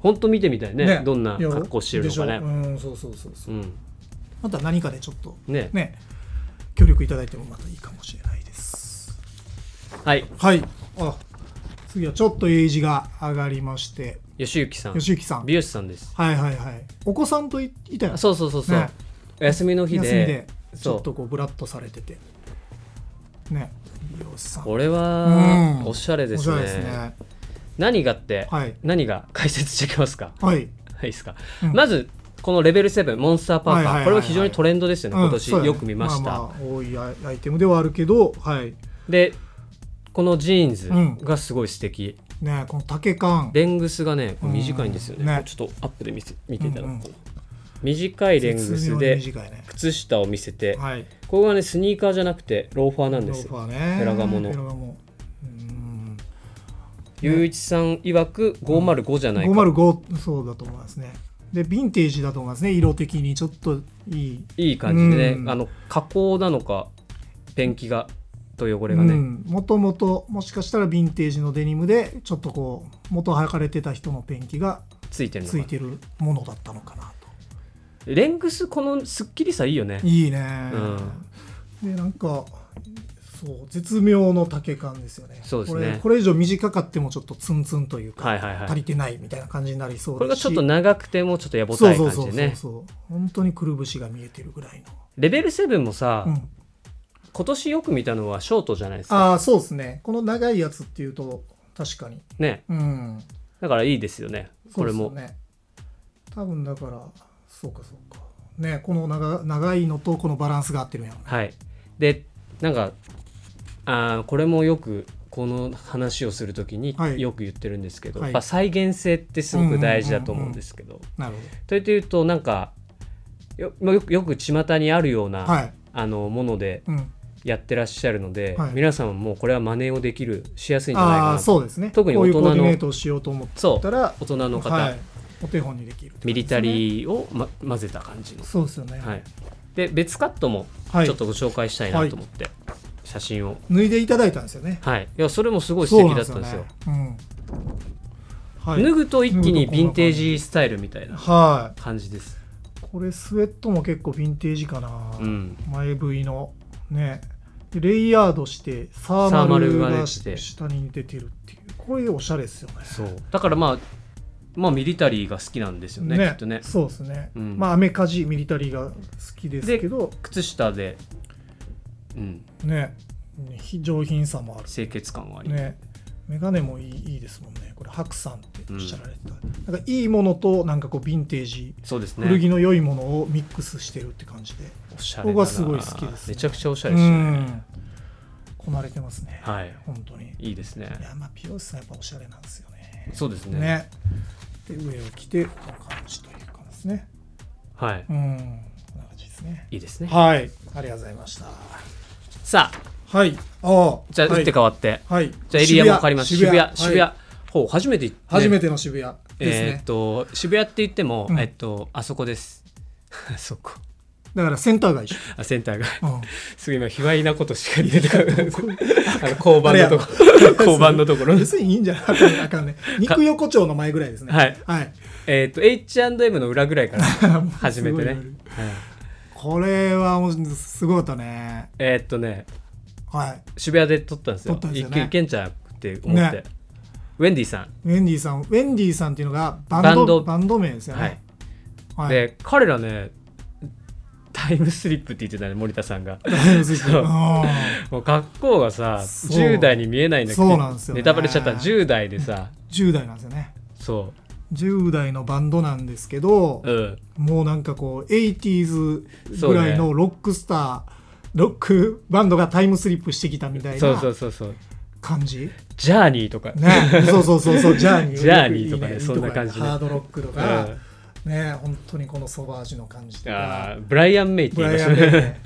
S1: 本当見てみたいねどんない
S2: や
S1: 格好してるのか
S2: でしょ
S1: ね
S2: うんそうそうそうそううんまた何かでちょっと
S1: ね
S2: ね協力いただいてもまたいいかもしれないです
S1: はい
S2: はいあ次はちょっとエイジが上がりまして
S1: 吉行さん
S2: 吉行さん
S1: 美容師さんです
S2: はいはいはいお子さんといいたよ
S1: あそうそうそうそう、
S2: ね
S1: お休みの日
S2: 休み
S1: で
S2: でち
S1: そ
S2: ょ
S1: う
S2: っとこうブラッとされててね美容師さん
S1: これは
S2: うん
S1: おしゃれで
S2: お
S1: す
S2: しゃ
S1: ね,、
S2: れですね
S1: 何がって、
S2: はい
S1: 何が解説していきますか
S2: はい
S1: はいいいですか、
S2: うん
S1: まずこのレベル7モンスターパーカー、
S2: はいはいはいはい
S1: これは非常にトレンドですよね今年、
S2: うんそうだね
S1: よく見ました、
S2: あまあ多いアイテムではあるけどはい
S1: でこのジーンズ
S2: うん
S1: がすごい素敵、
S2: ねこの竹感
S1: レングスがねこう短いんですよね,、
S2: うんね
S1: ちょっとアップで見せ見ていただく
S2: うんうん
S1: と、短いレング
S2: 絶
S1: ス
S2: 妙
S1: で
S2: に短いね
S1: 靴下を見せて、
S2: はい
S1: ここがねスニーカーじゃなくてローファーなんです
S2: ローファーね
S1: フェラガモの
S2: フェラガモうん
S1: 雄一さん曰く505じゃないか、
S2: 505そうだと思いますねでヴィンテージだと思いますね色的にちょっといい
S1: いい感じでね、
S2: うん
S1: あの加工なのかペンキがと汚れがね、
S2: うん、もともともしかしたらヴィンテージのデニムでちょっとこう元はかれてた人のペンキが
S1: ついてるの
S2: つ
S1: か
S2: いてるものだったのかな
S1: レングスこのすっきりさいいよね
S2: といいね、でなんかそう絶妙の丈感ですよね
S1: そうですね
S2: これこれ以上短かってもちょっとツンツンというか、
S1: はいはいはい
S2: 足りてないみたいな感じになりそう
S1: これが
S2: だし
S1: ちょっと長くてもちょっとやぼたい
S2: そ
S1: 感
S2: うそう
S1: じ
S2: そう
S1: で
S2: そう
S1: ね
S2: そう本当にくるぶしが見えてるぐらい
S1: レベル7もさ、
S2: の、うん、
S1: 今年よく見たのはショートじゃないですか
S2: ああそうですねこの長いやつっていうと確かに
S1: ね
S2: うん
S1: だからいいですよねこれも
S2: そうっすね多分だからそうかそうかねこの長長いのとこのバランスが合ってるんやろね
S1: はいでなんかあーこれもよくこの話をするときに
S2: はい
S1: よく言ってるんですけど、
S2: はい
S1: やっぱ再現性ってすごく大事だと思うんですけど、
S2: なるほ
S1: というとなんかよまあよくよく巷にあるような、
S2: どはい
S1: あのもので
S2: うん
S1: やってらっしゃるので、
S2: はい
S1: 皆さんもこれは真似をできるしやすいんじゃないか
S2: ああ
S1: な
S2: ー
S1: と
S2: そうですね
S1: 特に
S2: こういう
S1: 大人
S2: コ
S1: の
S2: ーディネートをしようと思っ
S1: そう
S2: たら
S1: 大人の方、
S2: はいお手本にできるって感じですね、
S1: ミリタリーを、ま、混ぜた感じの、
S2: そうですよね、
S1: はい、で別カットも
S2: はい
S1: ちょっとご紹介したいなと思って、写真を
S2: 脱いでいただいたんですよね
S1: はいいやそれもすごい素敵だったんですよ
S2: そうなんですよねうんはい、
S1: 脱ぐと一気にヴィンテージスタイルみたいな
S2: はい
S1: 感じです、
S2: これスウェットも結構ヴィンテージかな、
S1: うん、
S2: 前 V のねでレイヤードしてサーマル
S1: サーマル
S2: が
S1: が出て
S2: 下に出てるっていうこれおしゃれですよね
S1: そうだからまあまあミリタリーが好きなんですよねきっとね
S2: そうですね、
S1: うん
S2: まあアメカジミリタリーが好きですけど
S1: 靴下で、うん、
S2: ね非上品さもある
S1: 清潔感があり、
S2: ねメガネもいいいいですもんねこれ白さんっておっしゃられてた、なんかいいものとなんかこうヴィンテージ
S1: そうですね
S2: 古着の良いものをミックスしてるって感じで、
S1: おしゃれだな
S2: 僕はすごい好きですね
S1: めちゃくちゃおしゃ
S2: う
S1: れですね
S2: んこなれてますね、
S1: はい
S2: 本当に
S1: いいですね
S2: いやまあ美容師さんやっぱおしゃれなんですよね
S1: そうですね
S2: ねで上を着てこの感じという感じですね
S1: はい
S2: うんこんな感じですね
S1: いいですね
S2: はいありがとうございました
S1: さあ
S2: はいああ
S1: じゃあ打って変わって、
S2: はい
S1: じゃあエリアも変わります渋谷渋谷
S2: はい
S1: ほう初めて行って
S2: 初めての渋谷ですね、
S1: えーっと渋谷って言っても、
S2: うん
S1: えっとあそこです あそこ
S2: だからセンター街一緒、
S1: あセンターが
S2: うん、
S1: すごい今卑猥なことしか出てこ ないあの交番のところ 交番のところ
S2: 別にいいんじゃないあかんあかんね肉横丁の前ぐらいですね
S1: はい
S2: はい
S1: えっと H&M の裏ぐらいから 初めてね、
S2: す
S1: はい
S2: ごいこれはもうすごかったね
S1: えーっとね
S2: はい
S1: 渋谷で撮ったんですよ
S2: 撮ったんですよね
S1: 一級いけんちゃうって思って、
S2: ね
S1: ウェンディさん、
S2: ウェンディさんウェンディさんっていうのがバンドバ
S1: バ
S2: ン
S1: ン
S2: ド
S1: ド
S2: 名ですよ
S1: はい
S2: ね、はい
S1: で彼らねタイムスリップって言ってたね森田さん がそう
S2: う
S1: もう格好がさ
S2: そう
S1: 10代に見えないんだけど
S2: そうなんですよね
S1: ネタバレしちゃった10代で さ
S2: ん10代なんですよね
S1: そ
S2: 10代のバンドなんですけど
S1: う、う、ん、
S2: もうなんかこう 80s
S1: そう
S2: ぐ
S1: ね
S2: らいのロックスター、ロックバンドがタイムスリップしてきたみたい
S1: そうそう
S2: な
S1: そうそう
S2: 感じ
S1: ジャーニーとか、
S2: ね、そうそうそうそうジャーニ ー
S1: ジャーニーとかね
S2: いい
S1: そんな感じね
S2: ハードロックと
S1: うん
S2: か、ね本当にこのソバージュの感じと
S1: あ
S2: か
S1: ーブライアン・メイって
S2: ブ
S1: 言い
S2: ラ
S1: ま
S2: イ
S1: した
S2: アン・メ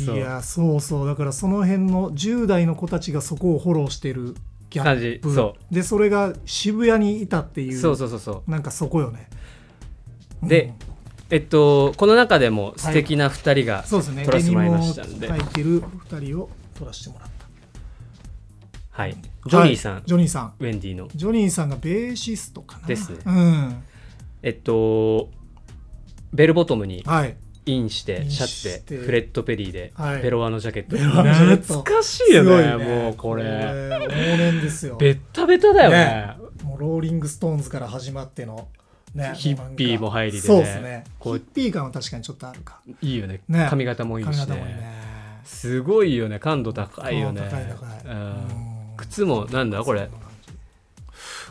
S1: ね
S2: ねい
S1: そう
S2: や そうそうだからその辺の10代の子たちがそこをフォローしてるギャ
S1: 感
S2: ッ
S1: じ
S2: プ
S1: そ
S2: でそれが渋谷にいたっていう
S1: そうそうそうそう
S2: なんかそこよね
S1: で、えっとこの中でも素敵な2人が
S2: そうですね
S1: 撮らせてもらいましたん
S2: デ
S1: で、
S2: ニ
S1: はい
S2: ムを履いてる2人を撮らせてもらった
S1: ジョニーさん、
S2: はいジョニーさん
S1: ウェンディの
S2: ジョニーさんがベーシストかな
S1: ですね
S2: うん
S1: えっとベルボトムに
S2: はい
S1: インして
S2: イン
S1: シ
S2: して
S1: ャってフレッド・ペリーで
S2: はい
S1: ベロワのジャケット、
S2: ベロワのジャケット
S1: 懐かしいよ
S2: すご
S1: ねもうこれ
S2: 往年ですよ
S1: ベッタベタだよね
S2: もうローリング・ストーンズから始まってのね
S1: ヒッピーも入りでね
S2: そうですねヒ
S1: こう
S2: ッピー感は確かにちょっとあるか
S1: いいよね
S2: ね
S1: 髪型もいい
S2: 髪
S1: し
S2: 型
S1: ね
S2: もいいね
S1: すごいよね感度高いよね
S2: 高い高い
S1: うん
S2: うん
S1: 靴もなんだこれ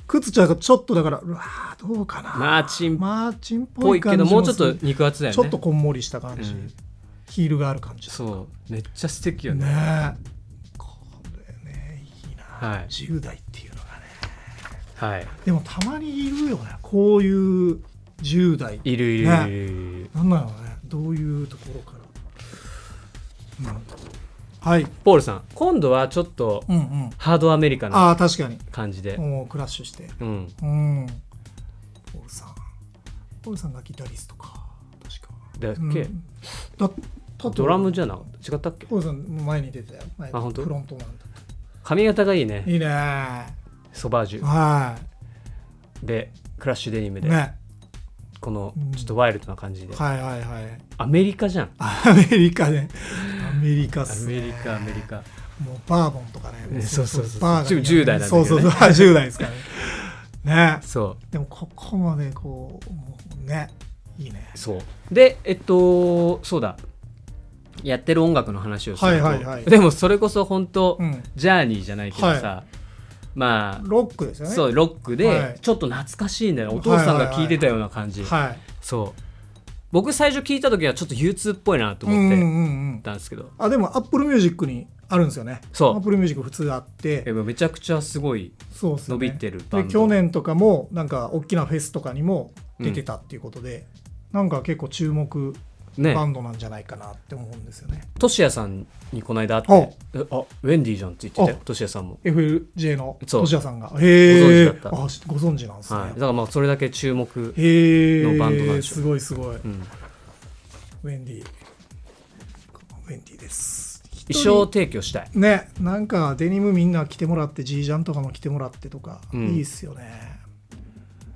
S2: 靴ちゃんがちょっとだからうわーどうかな
S1: マーチンっ
S2: マーチンっぽ
S1: ぽ
S2: い
S1: いけ
S2: 感じ
S1: どもう
S2: も
S1: ちょ
S2: す
S1: っ
S2: る
S1: と肉厚だよね
S2: ちょっとこんもりした感じ、
S1: うん
S2: ヒールがある感じ
S1: そうめっちゃ素敵よね
S2: ねえこれねいいな、
S1: はい
S2: 10代っていうのが
S1: は
S2: ね
S1: い
S2: でもたまにいるよねこういう10代
S1: いるいるい
S2: ね
S1: るいる
S2: なんなのねどういうところから、うんはい
S1: ポールさん今度はちょっと
S2: うんうん
S1: ハードアメリカな
S2: ああ確かに
S1: 感じで
S2: もうクラッシュして
S1: うん
S2: うんポールさんポールさんがギタリストか確か
S1: だっ
S2: うん
S1: け
S2: だったと
S1: ドラムじゃな違ったっけ
S2: ポールさん前に出てたよ前に
S1: あ本当
S2: フロントマンだっ
S1: 髪型がいい
S2: た
S1: ね
S2: いいねは
S1: ソバージ
S2: い、
S1: ュでクラッシュデニムで
S2: ね
S1: この
S2: うん
S1: ちょっとワイルドな感じで
S2: はいはいはい
S1: アメリカじゃん
S2: アメリカね。アメリカっ
S1: ア
S2: す、ね。
S1: メリカアメリ。カ
S2: もうバーボンとかね。も
S1: ねそうそうそう
S2: バーガーに
S1: 10代なんだけどね
S2: そうそうそう。10代ですからね。ね。
S1: そ
S2: でもここまでこう、もうね。いいね。
S1: うそうでえっとそうだやってる音楽の話をすると、
S2: はいはいはい
S1: でもそれこそ本当、
S2: うん。
S1: ジャーニーじゃないけどさ、
S2: は
S1: ま
S2: ロックです
S1: あ
S2: よね。。
S1: そううロック
S2: はい
S1: でちょっと懐かしいんだよ、お父さんが聴いてたような感じ、
S2: はい。
S1: そう僕最初聞いた時はちょっと U2 っぽいなと
S2: うん
S1: 思っ
S2: う
S1: て行
S2: ん
S1: っ
S2: うん。
S1: たんですけど、
S2: あ、でも Apple Music にあるんですよね。
S1: そう
S2: Apple Music 普通あって
S1: で。もめちゃくちゃすごい
S2: そうですね。
S1: 伸びてるバンド
S2: で去年とかもなんか大きなフェスとかにも出てたっていうことで、なんか結構注目
S1: ね
S2: バンドなんじゃないかなって思うんですよね。
S1: トシヤさんにこの間会って「えあウェンディーじゃん」って言ってたよトシヤさんも、
S2: FLJ の
S1: そう
S2: トシヤさんが。へえ。
S1: ご存知だった
S2: あしご存知なんですね。
S1: はい、だからまあそれだけ注目、
S2: へえ。
S1: のバンドなんでしょう
S2: すごいすごい。ウ
S1: うん、
S2: ェンディ。ウェンディです。
S1: 一
S2: 人
S1: 生提供したい
S2: ねなんかデニムみんな着てもらってジージャンとかも着てもらってとか、
S1: うん
S2: いいっすよね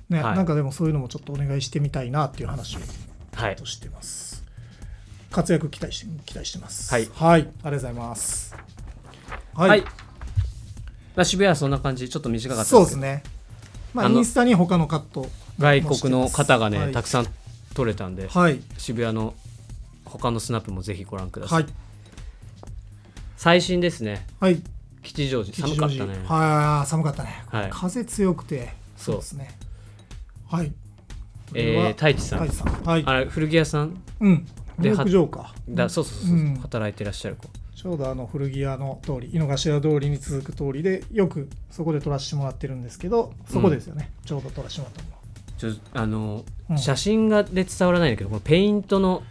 S2: ね、
S1: はい
S2: なんかでもそういうのもちょっとお願いしてみたいなっていう話を
S1: はい
S2: としてます活躍期待して期待してます
S1: はい
S2: はい、ありがとうございますは、
S1: はいい、まあ渋谷はそんな感じちょっと短かった
S2: そう
S1: で
S2: ですす
S1: けど
S2: ねまあ
S1: あの
S2: インスタに他のカット
S1: 外国の方がね、
S2: はい
S1: たくさん撮れたんで、
S2: はい
S1: 渋谷の他のスナップもぜひご覧くださ、
S2: はいい
S1: 最新ですね
S2: はい
S1: 吉祥寺寒かったね
S2: 吉祥寺はい寒かったね、
S1: はい
S2: 風強くて
S1: そう
S2: ですねはい
S1: え
S2: これは
S1: ー、太一さん、
S2: 太一さんはい
S1: あれ古着屋さん
S2: うん
S1: で
S2: 牧場か
S1: だそうそうそうそう、
S2: うん
S1: 働いてらっしゃる子
S2: ちょうどあの古着屋の通り井の頭通りに続く通りでよくそこで撮らせてもらってるんですけどそこですよね、ちょうど撮らせてもらったのは
S1: ちょあの、
S2: うん
S1: 写真がで伝わらないんだけどこのペイントの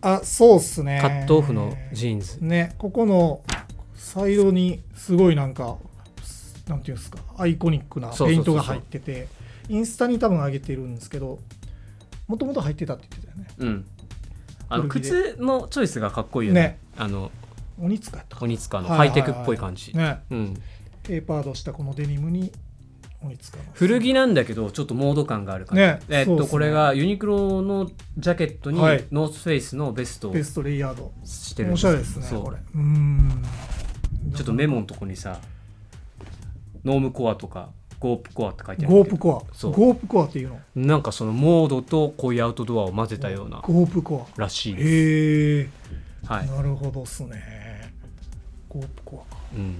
S2: あそうっすね
S1: カットオフのジーンズ、
S2: ねここのサイドにすごいなんかなんていうんですかアイコニックな
S1: そうそうそうそう
S2: ペイントが入っててインスタに多分上げてるんですけどもともと入ってたって言ってたよね
S1: うんあの
S2: 古着で
S1: 靴のチョイスがかっこいいよね
S2: ね
S1: あの
S2: 鬼塚やったか
S1: 鬼塚の
S2: はい
S1: ハ
S2: はい
S1: イ
S2: はい
S1: テクっぽい感じ、
S2: ね
S1: うん、
S2: ペーパードしたこのデニムに鬼塚の
S1: 古着なんだけどちょっとモード感がある感じ、
S2: ね
S1: えっ
S2: そう
S1: と、
S2: っすね
S1: これがユニクロのジャケットに
S2: はい
S1: ノースフェイスのベストを
S2: ベストレイヤード
S1: してるん
S2: 面
S1: よ
S2: 白いですね
S1: そう
S2: これうーん
S1: ちょっとメモのとこにさノームコアとかゴープコアって書いてあるん
S2: ゴ
S1: だ
S2: ー
S1: け
S2: プ
S1: ど
S2: コア
S1: そう
S2: ゴープコアっていうの
S1: なんかそのモードとこういうアウトドアを混ぜたような
S2: ゴープコ
S1: らしい
S2: ア
S1: です
S2: へえ、
S1: はい、
S2: なるほどっすねゴープコアか
S1: うん、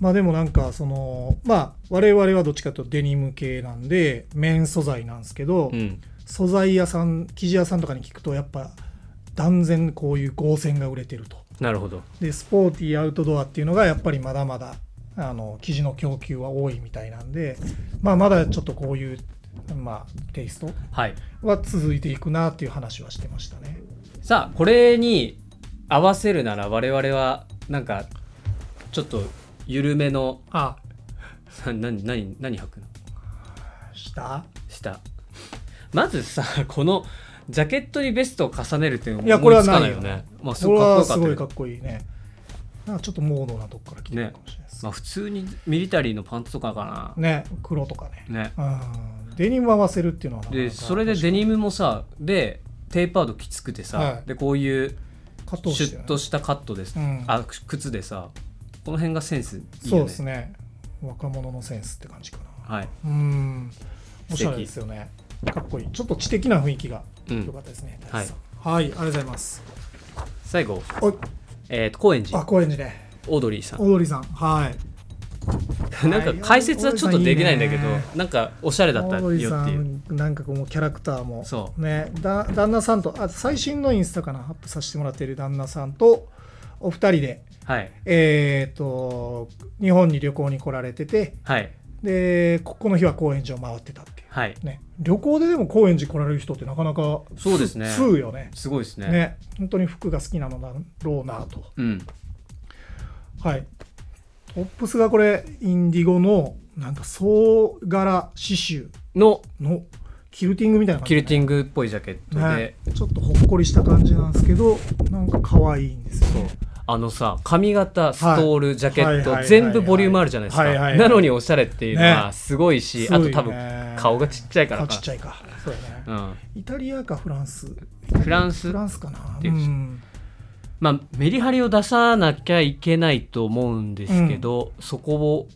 S2: まあでもなんかそのまあ我々はどっちかというとデニム系なんで綿素材なんですけど、
S1: うん、
S2: 素材屋さん生地屋さんとかに聞くとやっぱ断然こういう合線が売れてると
S1: なるほど
S2: でスポーティーアウトドアっていうのがやっぱりまだまだあの生地の供給は多いみたいなんで、まあ、まだちょっとこういう、まあ、テイスト
S1: はい
S2: は続いていくなっていう話はしてましたね。
S1: さあこれに合わせるなら我々はなんかちょっと緩めの
S2: あ
S1: な何何何履くの
S2: した
S1: 下まずさこのジャケットにベストを重ねるっていうのも
S2: いやこれは
S1: 思つかない
S2: ない
S1: よ
S2: よ
S1: ねまあす
S2: こ
S1: ご
S2: れ
S1: いかっこよか
S2: は
S1: っ
S2: す
S1: た
S2: ご
S1: け
S2: いか
S1: ど
S2: っこいいね。なんかちょっとモードなとこから来てるかもしれないです
S1: まあ普通にミリタリーのパンツとかか
S2: ね。ね黒とかね。
S1: なね
S2: うんデニム合わせるっていうのはなかな
S1: で
S2: か
S1: それでデニムもさでテーパードきつくてさ、
S2: はい
S1: でこういう
S2: カットを
S1: シ
S2: して
S1: ュ
S2: る
S1: ッとしたカットです、
S2: うん
S1: あ靴でさこの辺がセンスいいよね
S2: そうですね若者のセンスって感じかな。
S1: はい、
S2: うん、おしゃれですよね。かっこいい。ちょっと知的な雰囲気が
S1: う
S2: 良
S1: ん
S2: か、ったですね。
S1: はい
S2: はい、ありがとうございます。
S1: 最後、
S2: お
S1: えーと高円寺
S2: あ、高円寺ね。
S1: オードリーさ
S2: オードリーさん。はい。
S1: ん なんか解説はちょっとできないんだけど
S2: オードリーさんいい
S1: なんかおしゃれだ
S2: オ
S1: った
S2: ー
S1: よ
S2: ド
S1: って
S2: リーさ、
S1: いうん
S2: なんかこのキャラクターも、。
S1: そう
S2: ね、だ旦那さんと、あ、最新のインスタかな、アップさせてもらっている旦那さんと、お二人で、
S1: はい
S2: えっ、と、日本に旅行に来られてて、
S1: はい
S2: で、ここの日は高円寺を回ってたってい。
S1: はいう
S2: ね、旅行ででも高円寺来られる人ってなかなか、
S1: そうですね
S2: 通よね。
S1: すごいですね
S2: ね、本当に服が好きなのだろうなと。
S1: うん
S2: はい。トップスがこれ、インディゴの、なんか総柄刺繍
S1: の
S2: のキルティングみたいな感
S1: キ
S2: じ、
S1: ルティ
S2: ン
S1: ングっぽいジャケットで、
S2: ね、ちょっとほっこりした感じなんですけど、なんか可愛いんですよ
S1: そう
S2: ね。
S1: あのさ髪型ストール、ジャケ
S2: はい
S1: ッ
S2: はいはい
S1: ト
S2: はい
S1: 全部ボリュームあるじゃないですか、
S2: はいはいはい
S1: なのにおしゃれっていうのは
S2: ね
S1: すごいし、
S2: すご
S1: あ
S2: いね
S1: と多分顔がちっちゃいから
S2: 顔
S1: か
S2: ちっちゃいか。そうだね。
S1: うん
S2: イタリアかフランス。
S1: フランス
S2: フランスかな。
S1: ていう
S2: うん。
S1: まあ、メリハリを出さなきゃいけないと思うんですけど、そこを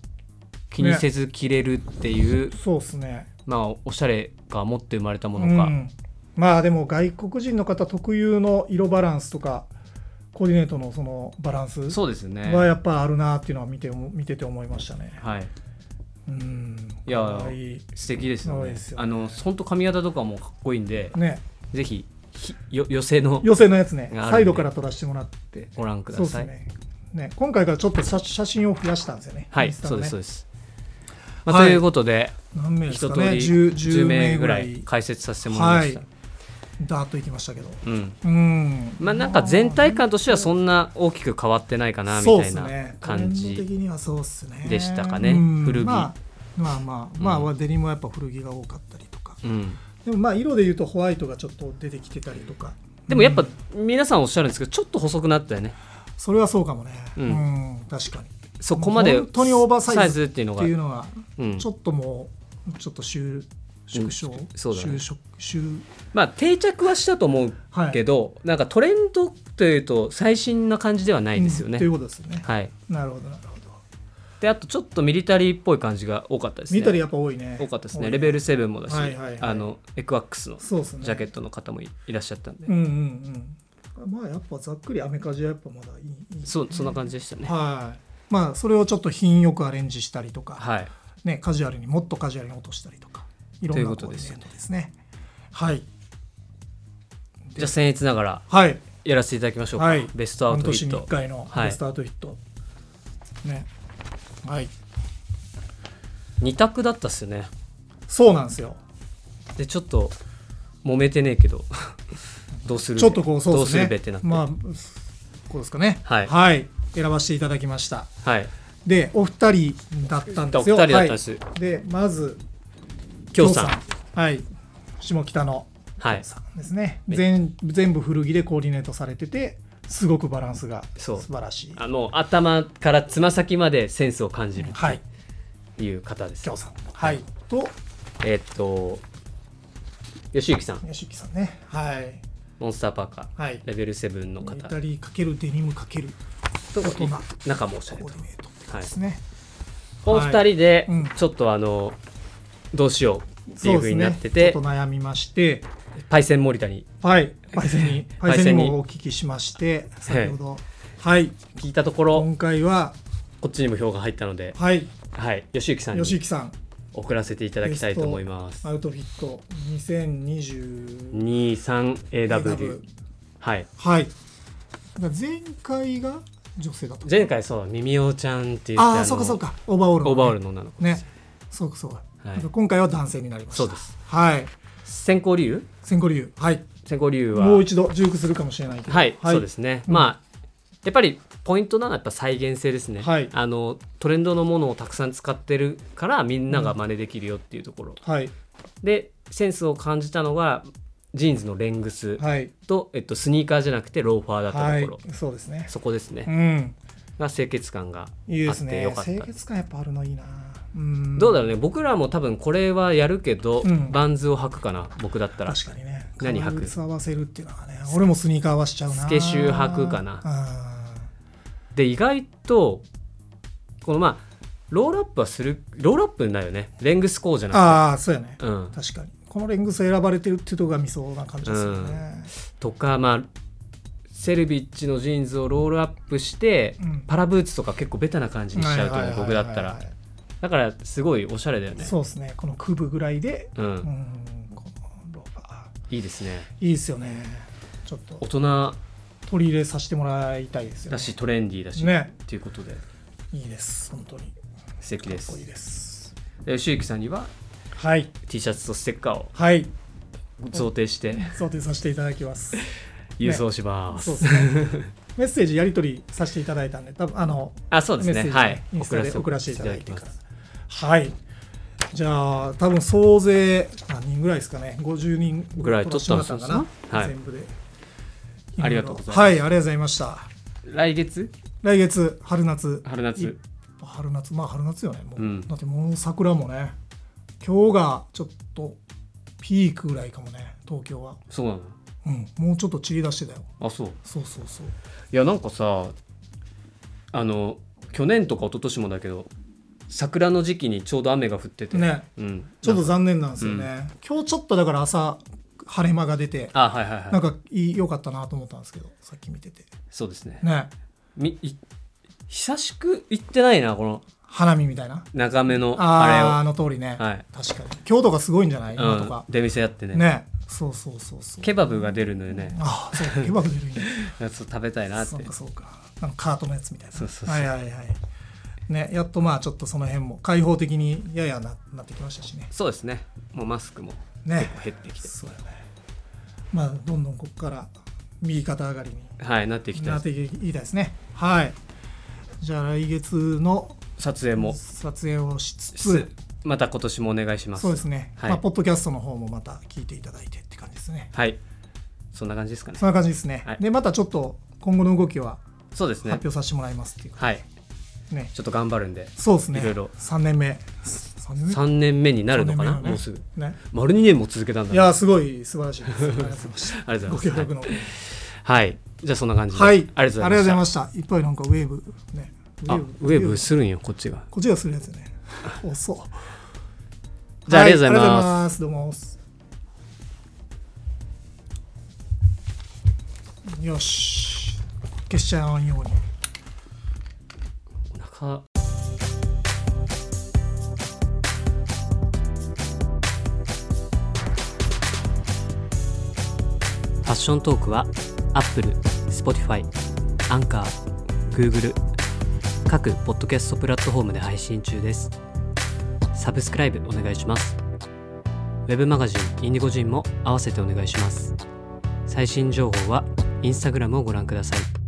S1: 気にせず着れるっていう、
S2: そうですね。
S1: まあおしゃれが持って生まれたものか、
S2: うんまあでも外国人の方特有の色バランスとか、コーディネートのそのバランス
S1: そうですね
S2: はやっぱあるなっていうのは見ても見てて思いましたね。
S1: はい
S2: うん。
S1: いや
S2: 可愛い
S1: 素敵ですよ
S2: そう
S1: ね
S2: ですよね
S1: あの本当髪型とかもかっこいいんで、
S2: ね、
S1: ぜひひよ寄せの
S2: 寄せのやつ
S1: あ
S2: ね、
S1: るんで
S2: サイドから撮らせてもらって、
S1: ご覧く
S2: そ
S1: だ
S2: うです
S1: さい、
S2: ねね。今回からちょっと写写真を増やしたんですよね。
S1: は
S2: イン
S1: い
S2: スタ
S1: そ
S2: の
S1: うで
S2: ね
S1: すそうです、まあ
S2: はい
S1: ということで
S2: 何名です
S1: 一
S2: か
S1: 通り
S2: ね、10,
S1: 10名
S2: 名
S1: ぐ
S2: ぐ
S1: ら
S2: ら
S1: い
S2: い。
S1: 解説させてもらいました、
S2: はいダーッといきましたけど
S1: うん
S2: うん
S1: まあなんか全体感としてはそんな大きく変わってないかなみたい
S2: そうっす
S1: な
S2: ね
S1: 感
S2: トレンド
S1: じ
S2: 的にはそうっすね
S1: でしたかね
S2: うん
S1: 古着
S2: まあまあまあ、まあ
S1: う
S2: デニムはやっぱ古着が多かったりとか
S1: うん
S2: でもまあ色でいうとホワイトがちょっと出てきてたりとか
S1: でもやっぱ
S2: うん
S1: 皆さんおっしゃるんですけどちょっと細くなったよね
S2: それはそうかもね
S1: う
S2: うんん、確かに
S1: そこまで
S2: 本当にオーバーサイズ
S1: っていうの
S2: っ
S1: が
S2: ていうのは
S1: うん
S2: ちょっともうちょっと収縮小、
S1: うんそうだね
S2: 収縮収
S1: まあ定着はしたと思う
S2: はい
S1: けど、なんかトレンドというと最新な感じではないですよね、
S2: うんということですね、
S1: はい
S2: なるほどなるほど
S1: であとちょっとミリタリーっぽい感じが多かったですね
S2: 見たりやっぱ多いね
S1: 多かったですねレベル7もだし、
S2: はいはいはい
S1: あのエクワックスの
S2: そうですね
S1: ジャケットの方もいいらっしゃったんで、
S2: うんうんうんまあやっぱざっくりアメカジはやっぱまだいいいい
S1: そうそんな感じでしたね、
S2: はいまあそれをちょっと品よくアレンジしたりとか、
S1: はい
S2: ね、カジュアルにもっとカジュアルに落としたりとかいろん
S1: と
S2: な
S1: いうことですよね
S2: コーディネートですねはい
S1: じゃあ僭越ながら
S2: はい
S1: やらせていただきましょうか、
S2: はい
S1: ベストアウトフィッ
S2: 半年に
S1: ト
S2: 1回の
S1: はい
S2: ベストアウトフィット、ねはい
S1: 2択だったっすよね
S2: そうなんですよ
S1: でちょっと揉めてねえけど どうするべ
S2: ちょっとこうそう
S1: ど
S2: で
S1: う
S2: す
S1: す
S2: ね
S1: るべってなって、
S2: まあこうですかね
S1: はい
S2: 選ばせていただきました
S1: はい
S2: でお二人だったん
S1: お
S2: で
S1: 二
S2: すよ
S1: 人だったんです
S2: はい、でまず
S1: きょうさん
S2: んはい下北の
S1: はい
S2: さんですね全全部古着でコーディネートされててすごくバランスが
S1: そ
S2: 素
S1: う
S2: 晴らしい
S1: あの頭からつま先までセンスを感じる
S2: はい
S1: という方です、
S2: 京さんはいと
S1: えっと吉行さん
S2: 吉木さんねはい
S1: モンスターパーカー、
S2: はい
S1: レベル7の
S2: ミリ
S1: 方
S2: タリー×デニム×
S1: と
S2: 大人
S1: 中もおしゃれ
S2: コー
S1: と
S2: ディネートって
S1: は
S2: で
S1: い
S2: すね
S1: この2人で
S2: うん
S1: ちょっとあのどうしようっていうふ
S2: そう
S1: う
S2: です
S1: にな
S2: ね
S1: ってて、
S2: ちょっと悩みまして
S1: パイセン森田に
S2: はいパイセンにパイ
S1: パ
S2: セン
S1: イセ
S2: に
S1: ンに
S2: もお聞きしまして先ほどはい
S1: 聞いたところ
S2: 今回は
S1: こっちにも票が入ったので、
S2: はい
S1: はい、吉行さんに
S2: 吉木さん
S1: 送らせていただきたいと思います
S2: ア。ウトフィット2020
S1: 23AW はい
S2: はい。だから前回が女性だった。
S1: 前回そうミミオちゃんって言って
S2: ああ、
S1: の
S2: そうかそうか。オーバーオール、
S1: オーバーオール
S2: の
S1: の女の子
S2: ね。ね。そうかそうか。
S1: はい
S2: だから今回は男性になりまし
S1: そ
S2: た。
S1: うです。
S2: はい。
S1: 先行理由
S2: 千古流。はい。
S1: 先行理由は
S2: もう一度重複するかもしれないけど。
S1: はい、そうですね、
S2: うん
S1: まあやっぱりポイントなのはやっぱ再現性ですね、
S2: はい
S1: あのトレンドのものをたくさん使ってるからみんなが真似できるよっていうところ、
S2: はい。
S1: でセンスを感じたのがジーンズのレングス
S2: はい。
S1: と、えっと、スニーカーじゃなくてローファーだった
S2: は
S1: と
S2: い
S1: ころ、。
S2: そうですね。
S1: そこですね、
S2: うん。
S1: が清潔感があ
S2: いいで
S1: っ
S2: す
S1: て
S2: ね
S1: よ。かった
S2: 清潔感やっぱあるのいいな。うん。
S1: どうだ
S2: ろ
S1: ろうね僕らも多分これはやるけど、
S2: うん
S1: バンズを履くかな僕だったら
S2: 確かにね。
S1: 何履く
S2: 革靴合わせるっていうのはね。俺もスニーカー合わしちゃうな。
S1: スケシュー履くかな
S2: うん。
S1: で意外とこのまあロールアップはするロールアップになるよねレングスこうじゃな
S2: ああ、そうやね
S1: く。て、うん、
S2: 確かにこのレングス選ばれてるっていうところが見そうな感じですよね、
S1: とかまあセルビッチのジーンズをロールアップして、
S2: うん
S1: パラブーツとか結構ベタな感じにしちゃうと
S2: は
S1: 思う
S2: いはいはい
S1: 僕
S2: はい
S1: だ
S2: はい
S1: ったらだからすごいおしゃれだよね
S2: そうですねこのクブぐらいで
S1: う
S2: うん
S1: ん
S2: このローバ
S1: いいですね
S2: ーいいですよねちょっと
S1: 大人
S2: 取り入れさせてもらいたいですよ
S1: だしトレンディーだし、
S2: ね
S1: っていうことで
S2: いいです本当に
S1: 素敵で
S2: かっこいい
S1: す
S2: です
S1: で吉行さんには
S2: はい
S1: T シャツとステッカーを
S2: はい
S1: 贈呈して
S2: 想定させていただきます
S1: 郵送します、
S2: そうですねメッセージやり取りさせていただいたんで多分あの
S1: あそうです
S2: メッセ
S1: ね
S2: ージ
S1: はい
S2: インスタで送らせていただいて
S1: 送ら
S2: か
S1: せ
S2: ら。はい。じゃあ、多分総勢何人ぐらいですかね。50人
S1: ぐらい取ったんです
S2: 撮
S1: よ
S2: らせてもらったんかな。
S1: はい
S2: 全部で。
S1: ありがとうございます
S2: はい、ありがとうございました。
S1: 来月
S2: 来月、春夏。
S1: 春夏
S2: 春夏、まあ春夏よね。もう
S1: うん
S2: だってもう桜もね、今日がちょっとピークぐらいかもね、東京は。
S1: そうなの
S2: うん、もうちょっと散り出してたよ。
S1: あそう
S2: そうそうそう。
S1: いやなんかさあの去年とか一昨年もだけど桜の時期にちょうど雨が降ってて、
S2: ね、
S1: うん、
S2: ちょっと
S1: なんか
S2: 残念なんですよね。今日ちょっとだから朝、晴れ間が出て、
S1: あはいはいはい
S2: なんかいい良かったなと思ったんですけどさっき見てて
S1: そうですね
S2: ね
S1: みい久しく行ってないなこの
S2: 花見みたいな
S1: 長めの
S2: ああーあ
S1: あ
S2: の通りね、
S1: れをはい、
S2: 確かに京都がすごいんじゃない今と
S1: うん
S2: か、、
S1: 出店やってね
S2: ねそうそうそうそう
S1: ケバブが出るのよね
S2: ああそうかケバブ出るん や
S1: そう食べたいなって
S2: そうかそうかなんかカートのやつみたいな
S1: そうそうそう
S2: はいはいはいねやっとまあちょっとその辺も開放的にややななってきましたしね
S1: そうですねもうマスクも
S2: ね
S1: 減ってきて
S2: そうだねまあ、どんどんここから右肩上がりに
S1: はいなっていきた
S2: ないっていきたいですね。はい。じゃあ来月の
S1: 撮影も
S2: 撮影をしつ
S1: し
S2: つ、
S1: また今年もお願いします
S2: そうですね、
S1: はい
S2: まあ、ポッドキャストの方もまた聞いていただいてって感じですね。
S1: はいそんな感じですかね
S2: そんな感じですね。
S1: はい
S2: で、またちょっと今後の動きは
S1: そうです
S2: 発
S1: ね
S2: 表させてもらいますっていう、
S1: はい
S2: ね。
S1: ちょっと頑張るんで
S2: そうですね。
S1: いろいろ
S2: 3年目。3年目
S1: 3年目になるのかな、
S2: 三年目だね
S1: もうすぐ
S2: ね。
S1: 丸2年も続けたんだ
S2: い
S1: ね
S2: やー、すごい素晴らしいです。ありがとうございました。
S1: ありがとう
S2: ご
S1: ござ
S2: 協
S1: います
S2: 力の。は
S1: はいじゃあそんな感じで、
S2: い。
S1: ありがとうございました
S2: ました。いっぱいなんかウェーブ、ね。
S1: あウェーブするんよこっちが
S2: こっちがするや つね。遅っ。
S1: じゃあありがとうございます
S2: はありがとうございます。どうも。よし。消しちゃわんように。
S1: お腹ファッショントークは Apple、Spotify、Anchor、Google 各ポッドキャストプラットフォームで配信中ですサブスクライブお願いしますウェブマガジンインディゴジンも合わせてお願いします最新情報は Instagram をご覧ください